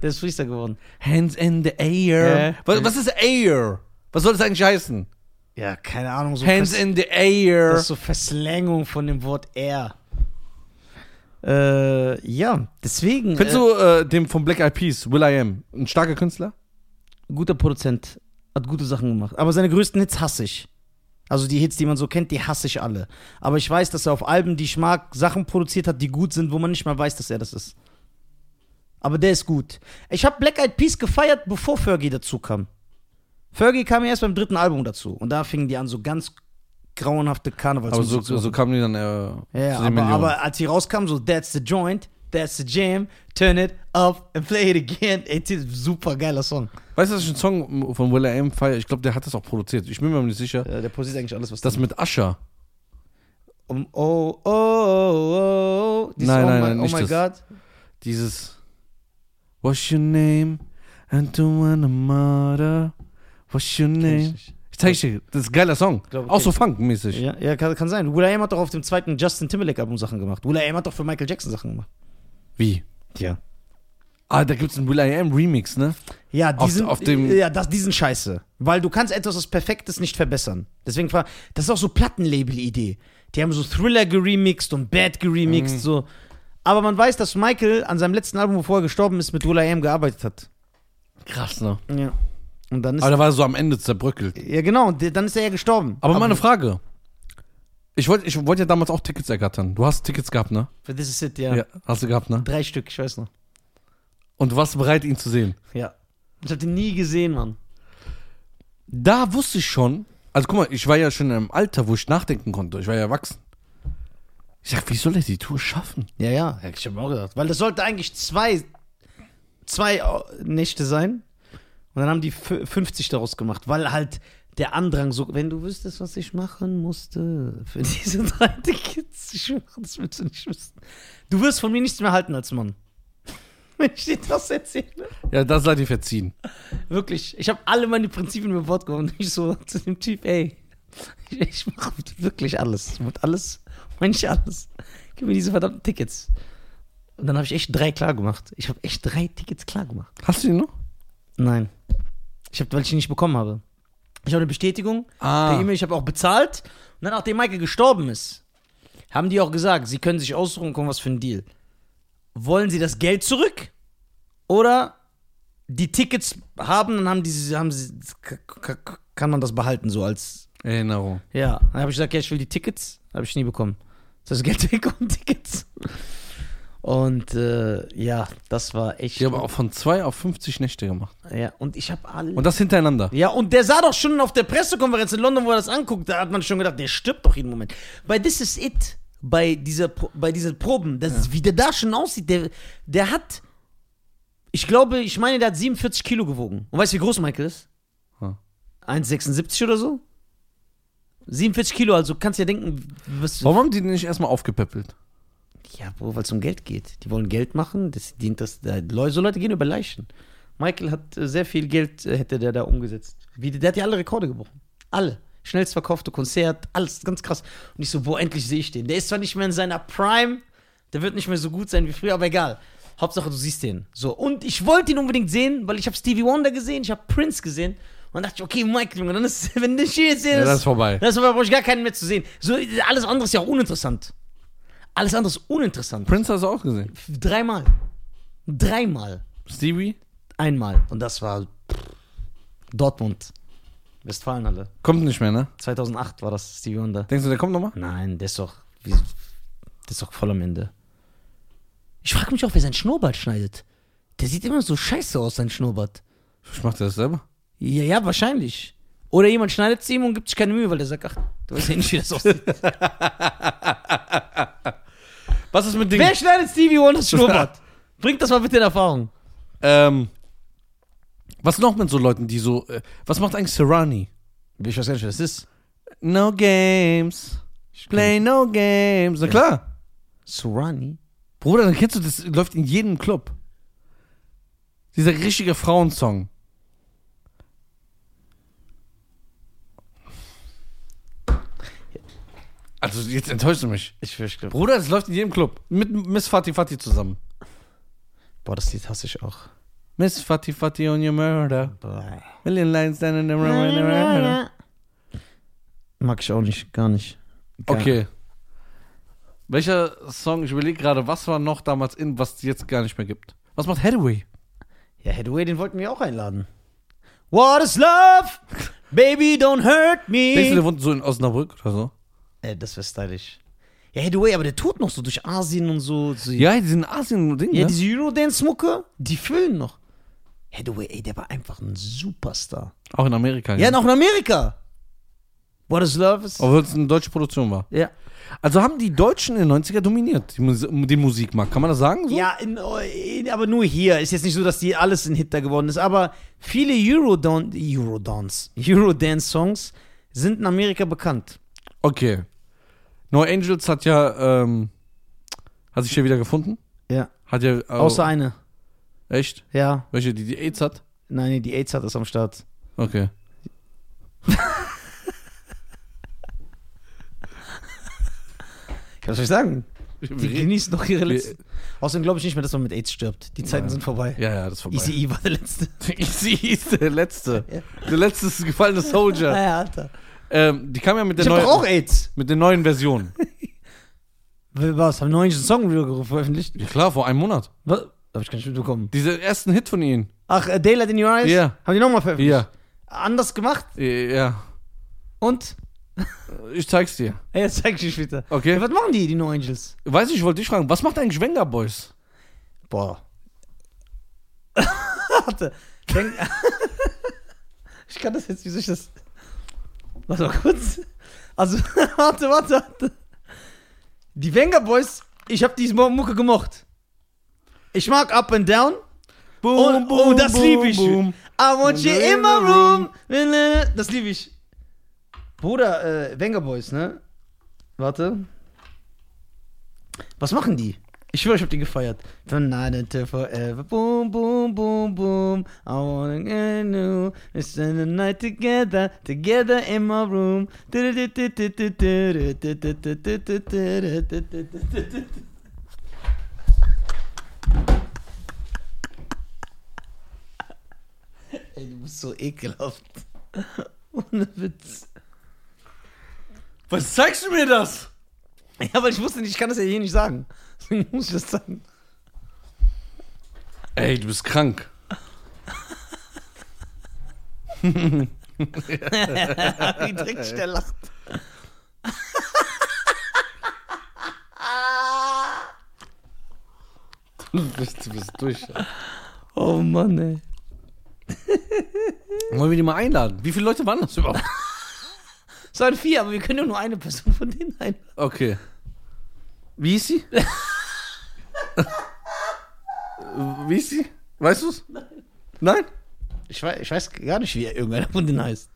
Speaker 1: Der ist Priester geworden.
Speaker 2: Hands in the air.
Speaker 1: Ja.
Speaker 2: Was, was ist air? Was soll das eigentlich heißen?
Speaker 1: Ja, keine Ahnung. So
Speaker 2: Hands
Speaker 1: Vers-
Speaker 2: in the air.
Speaker 1: Das ist so Verslängung von dem Wort er. Äh, ja, deswegen.
Speaker 2: Findest
Speaker 1: äh,
Speaker 2: du äh, dem vom Black Eyed Peas, Will I Am, ein starker Künstler?
Speaker 1: guter Produzent, hat gute Sachen gemacht. Aber seine größten Hits hasse ich. Also die Hits, die man so kennt, die hasse ich alle. Aber ich weiß, dass er auf Alben, die ich mag, Sachen produziert hat, die gut sind, wo man nicht mal weiß, dass er das ist. Aber der ist gut. Ich habe Black Eyed Peas gefeiert, bevor Fergie dazu kam. Fergie kam ja erst beim dritten Album dazu. Und da fingen die an, so ganz grauenhafte
Speaker 2: Aber
Speaker 1: Karnevalsmusik
Speaker 2: so,
Speaker 1: zu
Speaker 2: so kamen die dann äh,
Speaker 1: ja,
Speaker 2: zu den
Speaker 1: aber,
Speaker 2: Millionen.
Speaker 1: aber als sie rauskam, so, that's the joint, that's the jam, turn it up and play it again. Ey, super geiler Song.
Speaker 2: weißt du, dass ich einen Song von Will I Am feiere? Ich glaube, der hat das auch produziert. Ich bin mir nicht sicher.
Speaker 1: Ja, der posiert eigentlich alles, was
Speaker 2: Das mit Ascher.
Speaker 1: Um, oh, oh, oh, oh. Dieses
Speaker 2: Nein,
Speaker 1: oh
Speaker 2: nein,
Speaker 1: my,
Speaker 2: nein,
Speaker 1: oh
Speaker 2: nicht
Speaker 1: my
Speaker 2: das.
Speaker 1: God.
Speaker 2: Dieses What's your name? And do I mother? What's your name?
Speaker 1: nicht.
Speaker 2: Ich zeig dir, das ist ein geiler Song.
Speaker 1: Glaub,
Speaker 2: Auch so
Speaker 1: okay.
Speaker 2: funkmäßig.
Speaker 1: Ja, ja kann, kann sein. Will.i.am hat doch auf dem zweiten Justin Timberlake-Album Sachen gemacht. Will.i.am hat doch für Michael Jackson Sachen gemacht.
Speaker 2: Wie?
Speaker 1: Ja.
Speaker 2: Ah, da gibt's einen Will I Am Remix, ne?
Speaker 1: Ja,
Speaker 2: Auf-
Speaker 1: diesen,
Speaker 2: auf dem-
Speaker 1: ja das, diesen Scheiße. Weil du kannst etwas, was perfekt ist, nicht verbessern. Deswegen, fra- das ist auch so Plattenlabel-Idee. Die haben so Thriller geremixt und Bad geremixt, so. Aber man weiß, dass Michael an seinem letzten Album, bevor er gestorben ist, mit Will.i.am gearbeitet hat.
Speaker 2: Krass, ne?
Speaker 1: Ja. Und dann ist,
Speaker 2: Aber da war er so am Ende zerbröckelt.
Speaker 1: ja genau, und der- dann ist er ja gestorben.
Speaker 2: Aber mal eine Frage. Ich wollte ich wollt ja damals auch Tickets ergattern. Du hast Tickets gehabt, ne?
Speaker 1: Für This Is It, ja.
Speaker 2: Hast du gehabt, ne?
Speaker 1: Drei Stück, ich weiß noch.
Speaker 2: Und du warst bereit, ihn zu sehen.
Speaker 1: Ja. Ich hab den nie gesehen, Mann.
Speaker 2: Da wusste ich schon, also guck mal, ich war ja schon im Alter, wo ich nachdenken konnte. Ich war ja erwachsen. Ich dachte, wie soll er die Tour schaffen?
Speaker 1: Ja, ja, ich hab mir auch gedacht. Weil das sollte eigentlich zwei, zwei äh, Nächte sein. Und dann haben die fü- 50 daraus gemacht, weil halt der Andrang so. Wenn du wüsstest, was ich machen musste für diese drei Tickets, ich schwöre, das willst du nicht wissen. Du wirst von mir nichts mehr halten als Mann. Wenn ich dir das erzähle.
Speaker 2: Ja, da seid ihr verziehen.
Speaker 1: Wirklich, ich habe alle meine Prinzipien über Bord geworfen. Ich so zu dem Typ, ey, ich, ich mache wirklich alles. Mit alles, meine ich alles. Gib mir diese verdammten Tickets. Und dann habe ich echt drei klar gemacht. Ich habe echt drei Tickets klar gemacht.
Speaker 2: Hast du ihn noch?
Speaker 1: Nein. Ich habe, weil ich die nicht bekommen habe. Ich habe eine Bestätigung
Speaker 2: Ah.
Speaker 1: per E-Mail, ich habe auch bezahlt. Und dann, nachdem Michael gestorben ist, haben die auch gesagt, sie können sich aussuchen, komm, was für ein Deal. Wollen sie das Geld zurück oder die Tickets haben, dann haben die, haben sie, k- k- kann man das behalten, so als,
Speaker 2: Erinnerung.
Speaker 1: ja. Dann habe ich gesagt, ja, ich will die Tickets, habe ich nie bekommen. Das heißt, Geld weg und Tickets. Und äh, ja, das war echt.
Speaker 2: Ich habe auch von zwei auf 50 Nächte gemacht.
Speaker 1: ja, und ich habe alle.
Speaker 2: Und das hintereinander.
Speaker 1: Ja, und der sah doch schon auf der Pressekonferenz in London, wo er das anguckt, da hat man schon gedacht, der stirbt doch jeden Moment. Bei This Is It, bei, dieser, Pro- bei diesen Proben, das ist, wie der da schon aussieht, der, der hat, ich glaube, ich meine, der hat 47
Speaker 2: Ah.
Speaker 1: Kilo gewogen. Und weißt du, wie groß Michael ist?
Speaker 2: Ja.
Speaker 1: 1,76 oder so? 47 Kilo, also kannst dir denken, was.
Speaker 2: Warum haben die den nicht erstmal aufgepäppelt?
Speaker 1: Ja, Bro, weil es um Geld geht. Die wollen Geld machen, das dient das. Da, Leu- so Leute gehen über Leichen. Michael hat äh, sehr viel Geld, äh, hätte der da umgesetzt. Wie, der hat ja alle Rekorde gebrochen. Alle. Schnellst verkaufte Konzert, alles ganz krass. Und ich so, boah, endlich sehe ich den. Der ist zwar nicht mehr in seiner Prime, der wird nicht mehr so gut sein wie früher, aber egal. Hauptsache, du siehst den. So, und ich wollte ihn unbedingt sehen, weil ich habe Stevie Wonder gesehen, ich habe Prince gesehen. Und dann dachte ich, okay, Michael, Junge, dann ist, wenn du das hier jetzt sehen
Speaker 2: Ja, das ist vorbei.
Speaker 1: Das ist vorbei, brauche ich gar keinen mehr zu sehen. So, alles andere ist ja auch uninteressant. Alles andere ist uninteressant.
Speaker 2: Prince hast du auch gesehen.
Speaker 1: Dreimal. Dreimal.
Speaker 2: Stevie?
Speaker 1: Einmal. Und das war pff, Dortmund. Westfalenhalle.
Speaker 2: Kommt nicht mehr, ne?
Speaker 1: 2008 war das Stevie Wonder.
Speaker 2: Denkst du, der kommt nochmal?
Speaker 1: Nein, der ist doch. Wie, der ist doch voll am Ende. Ich frage mich auch, wer sein Schnurrbart schneidet. Der sieht immer so scheiße aus, sein Schnurrbart.
Speaker 2: Ich mach dir das selber.
Speaker 1: Ja, ja, wahrscheinlich. Oder jemand schneidet es ihm und gibt sich keine Mühe, weil der sagt, ach, du weißt ja nicht, wie das aussieht.
Speaker 2: Was ist mit Ding?
Speaker 1: wer schneidet Stevie Wonders Schnurrbart? Bringt das mal bitte in Erfahrung.
Speaker 2: Ähm, was noch mit so Leuten, die so. Äh, was macht eigentlich Serrani?
Speaker 1: Ich weiß gar nicht, wer das ist.
Speaker 2: No games. Play no games. Na klar.
Speaker 1: Surani?
Speaker 2: Bruder, dann kennst du, das läuft in jedem Club. Dieser richtige Frauensong. Also jetzt enttäuschst du mich.
Speaker 1: Ich fürchte.
Speaker 2: Bruder, das läuft in jedem Club. Mit Miss Fatih Fatih zusammen.
Speaker 1: Boah, das Lied hasse ich auch.
Speaker 2: Miss Fatih Fatih on your murder.
Speaker 1: Boah.
Speaker 2: Million lines down in the room.
Speaker 1: Mag ich auch nicht, gar nicht. Gar-
Speaker 2: Okay. Welcher Song, ich überlege gerade, was war noch damals in, was es jetzt gar nicht mehr gibt? Was macht Hathaway?
Speaker 1: Ja, Hathaway, den wollten wir auch einladen. What is love? Baby, don't hurt
Speaker 2: Denkst du, der
Speaker 1: me.
Speaker 2: wohnt so in Osnabrück oder so?
Speaker 1: Äh, das wäre stylisch. Ja, Hathaway, aber der tut noch so durch Asien und so. so
Speaker 2: Ja, die sind in Asien und Ding,
Speaker 1: ja,
Speaker 2: ne?
Speaker 1: diese Eurodance-Mucke, die füllen noch. Hathaway, ey, der war einfach ein Superstar.
Speaker 2: Auch in Amerika.
Speaker 1: Ja, Oh. und auch in Amerika. What is love? Ist,
Speaker 2: Obwohl es eine deutsche Produktion war.
Speaker 1: Ja.
Speaker 2: Also haben die Deutschen in den 90er dominiert, die Mus den Musikmarkt. Kann man das sagen? So?
Speaker 1: Ja, in, in, aber nur hier. Ist jetzt nicht so, dass die alles ein Hit da geworden ist, aber viele Eurodon Eurodance, Eurodance-Songs sind in Amerika bekannt.
Speaker 2: Okay. No Angels hat ja, ähm, hat sich ja wieder gefunden.
Speaker 1: Ja.
Speaker 2: Hat ja. äh,
Speaker 1: Außer eine.
Speaker 2: Echt?
Speaker 1: Ja.
Speaker 2: Welche, die die AIDS hat?
Speaker 1: Nein, nee, die AIDS hat das am Start.
Speaker 2: Okay.
Speaker 1: Was soll ich sagen? Die
Speaker 2: Wir reden-
Speaker 1: genießen noch ihre
Speaker 2: wir-
Speaker 1: letzten. Außerdem glaube ich nicht mehr, dass man mit AIDS stirbt. Die Zeiten sind vorbei.
Speaker 2: Ja, ja, das ist vorbei.
Speaker 1: Easy E war der letzte.
Speaker 2: Easy ist der letzte.
Speaker 1: Ja.
Speaker 2: Der letzte ist gefallene Soldier.
Speaker 1: Naja, Alter.
Speaker 2: Ähm, die kam ja mit der,
Speaker 1: Ich hab
Speaker 2: neuen,
Speaker 1: doch auch AIDS.
Speaker 2: mit der neuen Version.
Speaker 1: Was? Haben neuen Song wieder veröffentlicht?
Speaker 2: Ja klar, vor einem Monat.
Speaker 1: Was? Hab ich gar nicht mitbekommen.
Speaker 2: Dieser ersten Hit von ihnen.
Speaker 1: Ach, äh, Daylight in Your Eyes?
Speaker 2: Ja.
Speaker 1: Haben die nochmal veröffentlicht?
Speaker 2: Ja.
Speaker 1: Anders gemacht?
Speaker 2: Ja.
Speaker 1: Und?
Speaker 2: Ich zeig's dir.
Speaker 1: Ey, das zeig ich dir später.
Speaker 2: Okay.
Speaker 1: Was machen die, die No Angels?
Speaker 2: Weiß ich, ich wollte dich fragen, was macht eigentlich Wenger Boys?
Speaker 1: Boah. Warte. Denk ich kann das jetzt, wie soll ich das? Warte mal kurz. Also, warte, warte, warte. Die Wenger Boys, ich habe diese Mo- Mucke gemocht. Ich mag Up and Down.
Speaker 2: Boom,
Speaker 1: und, oh, das liebe ich.
Speaker 2: boom.
Speaker 1: I want you in my room.
Speaker 2: Boom.
Speaker 1: Das liebe ich. Bruder, äh, Wenger Boys, ne? Warte. Was machen die? Ich schwöre, ich hab die gefeiert. Tonight until forever. Boom, boom, boom, boom. I wanna get new. We spend the night together, together in my room. Ey, du bist so ekelhaft. Ohne Witz.
Speaker 2: Was zeigst du mir das?
Speaker 1: Ja, aber ich wusste nicht, ich kann das ja hier nicht sagen. Deswegen muss ich das sagen.
Speaker 2: Ey, du bist krank.
Speaker 1: Wie dreckig der lacht.
Speaker 2: Du bist, du bist durch.
Speaker 1: Oh Mann, ey.
Speaker 2: Wollen wir die mal einladen? Wie viele Leute waren das überhaupt?
Speaker 1: Es waren vier, aber wir können ja nur eine Person von denen einladen.
Speaker 2: Okay. Wie ist sie? Wie ist sie? Weißt du's? Nein. Nein?
Speaker 1: Ich weiß, ich weiß gar nicht, wie irgendeiner von denen heißt.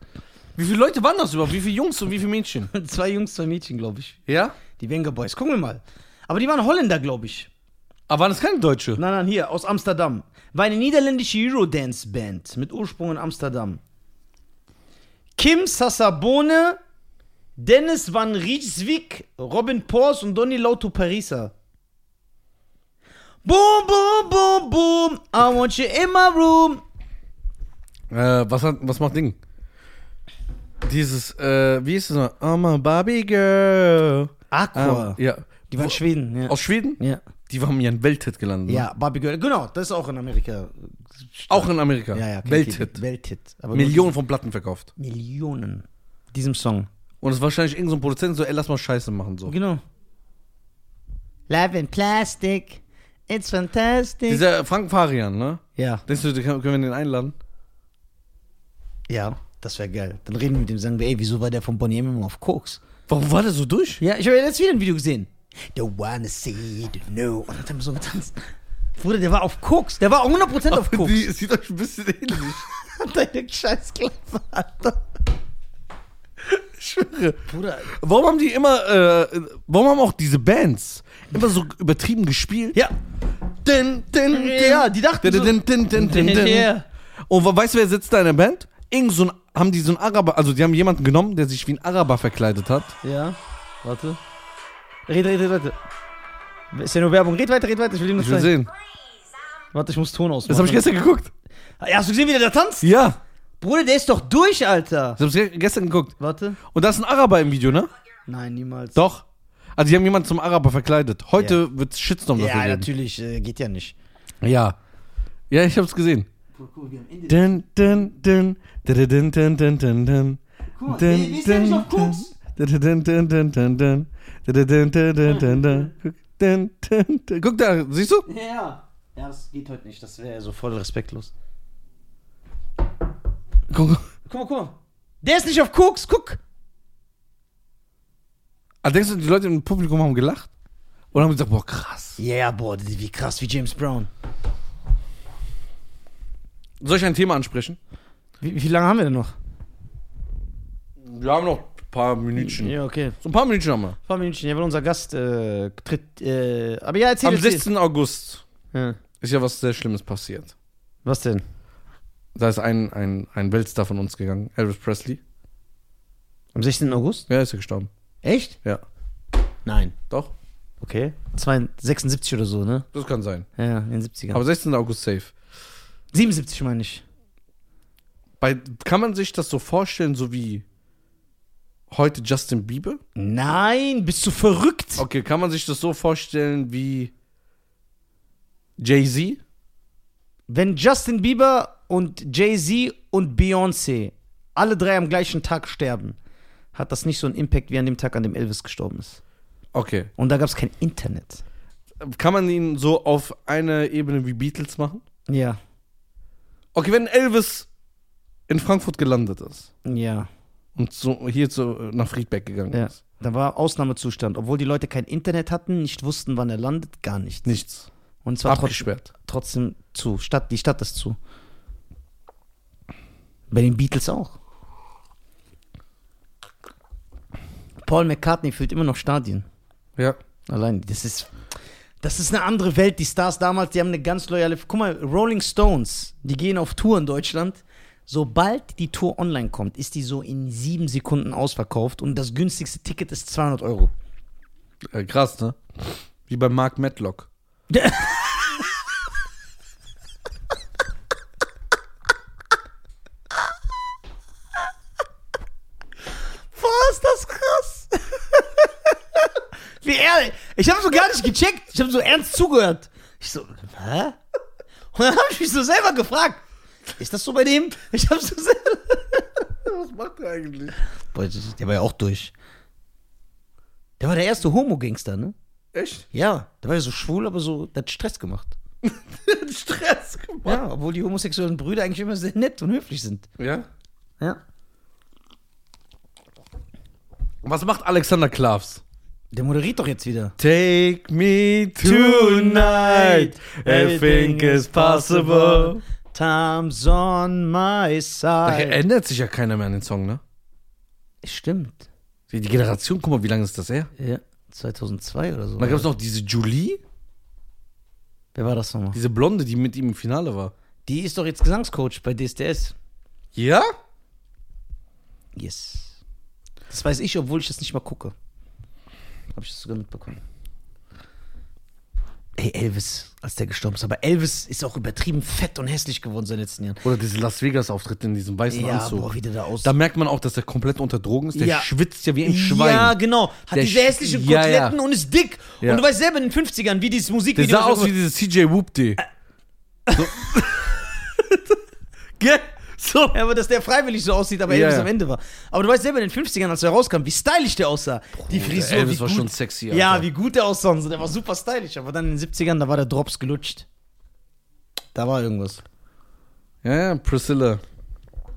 Speaker 2: Wie viele Leute waren das überhaupt? Wie viele Jungs und wie viele Mädchen?
Speaker 1: Zwei Jungs, zwei Mädchen, glaube ich.
Speaker 2: Ja?
Speaker 1: Die Wenger Boys. Gucken wir mal. Aber die waren Holländer, glaube ich.
Speaker 2: Aber waren das keine Deutsche?
Speaker 1: Nein, nein, hier, aus Amsterdam. War eine niederländische Eurodance-Band mit Ursprung in Amsterdam. Kim Sassabone, Dennis van Rieswijk, Robin Pors und Donny Lauto Parisa. Boom, boom, boom, boom, I want you in my room.
Speaker 2: Äh, was, hat, was macht Ding? Dieses, äh, wie ist das noch? Oh, my Barbie Girl.
Speaker 1: Aqua.
Speaker 2: Ah, ja.
Speaker 1: Die waren Schweden, ja.
Speaker 2: Aus Schweden?
Speaker 1: ja.
Speaker 2: Die haben ja ein Welthit gelandet. ne?
Speaker 1: Ja, Barbie Girl, genau, das ist auch in Amerika.
Speaker 2: Auch in Amerika.
Speaker 1: ja, ja, kennt
Speaker 2: Welthit.
Speaker 1: ihr. Welthit. Aber
Speaker 2: Millionen von Platten verkauft.
Speaker 1: Millionen. Diesem Song.
Speaker 2: Und es ist wahrscheinlich irgendein so ein Produzent so, ey, lass mal Scheiße machen. So.
Speaker 1: Genau. Live in Plastic. It's fantastic.
Speaker 2: Dieser Frank Farian, ne?
Speaker 1: ja.
Speaker 2: Denkst du, den können können wir den einladen?
Speaker 1: Ja, das wäre geil. Dann reden wir mit dem, sagen wir, ey, wieso war der von Bonnie M auf Koks?
Speaker 2: Warum war der so durch?
Speaker 1: Ja, ich habe ja letztes wieder ein Video gesehen. Don't wanna see it, no. Und dann hat er so getanzt. Bruder, der war auf Koks. Der war 100% auf Koks.
Speaker 2: Die sieht euch ein bisschen ähnlich.
Speaker 1: Deine scheiß Klappe, Alter.
Speaker 2: Ich schwöre.
Speaker 1: Bruder.
Speaker 2: Warum haben die immer, äh, warum haben auch diese Bands immer so übertrieben gespielt?
Speaker 1: Ja.
Speaker 2: Din, din, din.
Speaker 1: Ja, die dachten
Speaker 2: din,
Speaker 1: so-
Speaker 2: din, din, din, din, din.
Speaker 1: Ja.
Speaker 2: Und we- weißt du, wer sitzt da in der Band? Irgend so ein, haben die so einen Araber, also die haben jemanden genommen, der sich wie ein Araber verkleidet hat.
Speaker 1: Ja. Warte. Red, red, red, warte. Ist ja nur Werbung. Red weiter, red weiter. Ich will ihm das
Speaker 2: Ich will
Speaker 1: zeigen.
Speaker 2: sehen.
Speaker 1: Warte, ich muss Ton ausmachen.
Speaker 2: Das habe ich gestern geguckt.
Speaker 1: Ja, hast du gesehen, wie der da tanzt?
Speaker 2: Ja,
Speaker 1: Bruder, der ist doch durch, Alter.
Speaker 2: das habe ich ge- gestern geguckt.
Speaker 1: Warte.
Speaker 2: Und da ist ein Araber im Video, ne?
Speaker 1: Nein, niemals.
Speaker 2: Doch. Also die haben jemanden zum Araber verkleidet. Heute wird's wird Shitstorm dafür
Speaker 1: Ja,
Speaker 2: geben.
Speaker 1: natürlich, äh, geht ja nicht.
Speaker 2: Ja. Ja, ich hab's gesehen. Dun, dun, dun, dun, dun, dun, dun, dun, dun.
Speaker 1: mal, ey, ist der nicht auf Koks?
Speaker 2: Dun, dun, dun, dun, dun, dun. Dun, dun, dun, dun, dun, dun. Guck, dun, dun, dun. Guck da, siehst du?
Speaker 1: Ja. Ja, das geht heute nicht, das wäre so voll respektlos.
Speaker 2: Guck.
Speaker 1: Guck mal, guck mal. Der ist nicht auf Koks, guck.
Speaker 2: Ah, denkst du, die Leute im Publikum haben gelacht? Oder haben gesagt, boah, krass.
Speaker 1: Ja, boah, die- wie krass, wie James Brown.
Speaker 2: Soll ich ein Thema ansprechen?
Speaker 1: Wie, wie lange haben wir denn noch?
Speaker 2: Wir haben noch ein paar Minütchen.
Speaker 1: Ja, okay.
Speaker 2: So ein paar Minütchen haben wir.
Speaker 1: Ein paar Minuten, ja, weil unser Gast äh, tritt, äh, aber ja, erzähl,
Speaker 2: Am
Speaker 1: erzähl.
Speaker 2: 16. August
Speaker 1: Ja.
Speaker 2: ist ja was sehr Schlimmes passiert.
Speaker 1: Was denn?
Speaker 2: Da ist ein, ein, ein Weltstar von uns gegangen, Elvis Presley.
Speaker 1: Am 16. August?
Speaker 2: Ja, ist ja gestorben.
Speaker 1: Echt?
Speaker 2: Ja.
Speaker 1: Nein.
Speaker 2: Doch,
Speaker 1: Okay. 72, 76 oder so, ne?
Speaker 2: das kann sein.
Speaker 1: Ja, in den 70ern.
Speaker 2: Aber 16. August safe.
Speaker 1: 77 meine ich.
Speaker 2: Bei, kann man sich das so vorstellen, so wie heute Justin Bieber?
Speaker 1: Nein, bist du verrückt?
Speaker 2: Okay, kann man sich das so vorstellen wie Jay-Z?
Speaker 1: Wenn Justin Bieber und Jay-Z und Beyoncé alle drei am gleichen Tag sterben, hat das nicht so einen Impact wie an dem Tag, an dem Elvis gestorben ist.
Speaker 2: Okay.
Speaker 1: Und da gab es kein Internet.
Speaker 2: Kann man ihn so auf einer Ebene wie Beatles machen?
Speaker 1: Ja,
Speaker 2: Okay, wenn Elvis in Frankfurt gelandet ist
Speaker 1: ja,
Speaker 2: und so hier zu, nach Friedberg gegangen
Speaker 1: ja.
Speaker 2: ist.
Speaker 1: Da war Ausnahmezustand, obwohl die Leute kein Internet hatten, nicht wussten, wann er landet, gar nichts.
Speaker 2: Nichts.
Speaker 1: Und zwar trotzdem,
Speaker 2: Abgesperrt.
Speaker 1: trotzdem zu. Stadt, die Stadt ist zu. Bei den Beatles auch. Paul McCartney füllt immer noch Stadien.
Speaker 2: Ja.
Speaker 1: Allein, das ist. Das ist eine andere Welt. Die Stars damals, die haben eine ganz loyale. Guck mal, Rolling Stones, die gehen auf Tour in Deutschland. Sobald die Tour online kommt, ist die so in sieben Sekunden ausverkauft und das günstigste Ticket ist 200 Euro.
Speaker 2: Äh, krass, ne? Wie bei Mark Matlock.
Speaker 1: Was? Das krass! Wie ehrlich? Ich habe so gar nicht gecheckt. Ich habe so ernst zugehört. Ich so, hä? Und dann habe ich mich so selber gefragt. Ist das so bei dem? Ich habe so selber.
Speaker 2: Was macht er eigentlich?
Speaker 1: Boah, der war ja auch durch. Der war der erste Homo-Gangster, ne?
Speaker 2: Echt?
Speaker 1: Ja, der war ja so schwul, aber so, der hat Stress gemacht.
Speaker 2: Stress gemacht.
Speaker 1: Ja, obwohl die homosexuellen Brüder eigentlich immer sehr nett und höflich sind.
Speaker 2: Ja.
Speaker 1: Ja.
Speaker 2: Was macht Alexander Klavs?
Speaker 1: Der moderiert doch jetzt wieder.
Speaker 2: Take me
Speaker 1: Tonight, everything is possible. Time's on my
Speaker 2: Da
Speaker 1: side.
Speaker 2: ändert sich ja keiner mehr an den Song, ne?
Speaker 1: Stimmt.
Speaker 2: Die Generation, guck mal, wie lange ist das her?
Speaker 1: Ja. 2002 oder so.
Speaker 2: Und dann gab es noch diese Julie,
Speaker 1: Wer war das nochmal?
Speaker 2: diese Blonde, die mit ihm im Finale war.
Speaker 1: Die ist doch jetzt Gesangscoach bei DSDS.
Speaker 2: Ja?
Speaker 1: Yes. Das weiß ich, obwohl ich das nicht mal gucke. Habe ich das sogar mitbekommen. Ey, Elvis, als der gestorben ist. Aber Elvis ist auch übertrieben fett und hässlich geworden seit den letzten Jahren.
Speaker 2: Oder diese Las Vegas-Auftritte in diesem weißen
Speaker 1: Ja,
Speaker 2: Anzug.
Speaker 1: boah, wie der da aussieht.
Speaker 2: Da merkt man auch, dass er komplett unter Drogen ist. Der
Speaker 1: Ja.
Speaker 2: schwitzt ja wie ein Schwein.
Speaker 1: Ja, genau. Hat
Speaker 2: Der
Speaker 1: diese
Speaker 2: Sch-
Speaker 1: hässlichen
Speaker 2: Ja, ja.
Speaker 1: Koteletten und ist dick.
Speaker 2: Ja.
Speaker 1: Und du weißt selber in den 50ern, wie dieses
Speaker 2: Der
Speaker 1: Musikvideo.
Speaker 2: sah aus wie dieses CJ Whoopty. So. Gell? So.
Speaker 1: ja, aber dass der freiwillig so aussieht, aber
Speaker 2: Ja,
Speaker 1: Elvis
Speaker 2: ja.
Speaker 1: am Ende war. Aber du weißt selber in den 50ern, als er rauskam, wie stylisch der aussah. Die Frisur,
Speaker 2: Elvis
Speaker 1: wie
Speaker 2: war
Speaker 1: gut.
Speaker 2: schon sexy, Alter.
Speaker 1: Ja, wie gut der aussah. und so. Der war super stylisch. Aber dann in den 70ern, da war der Drops gelutscht. Da war irgendwas.
Speaker 2: Ja, ja, Priscilla.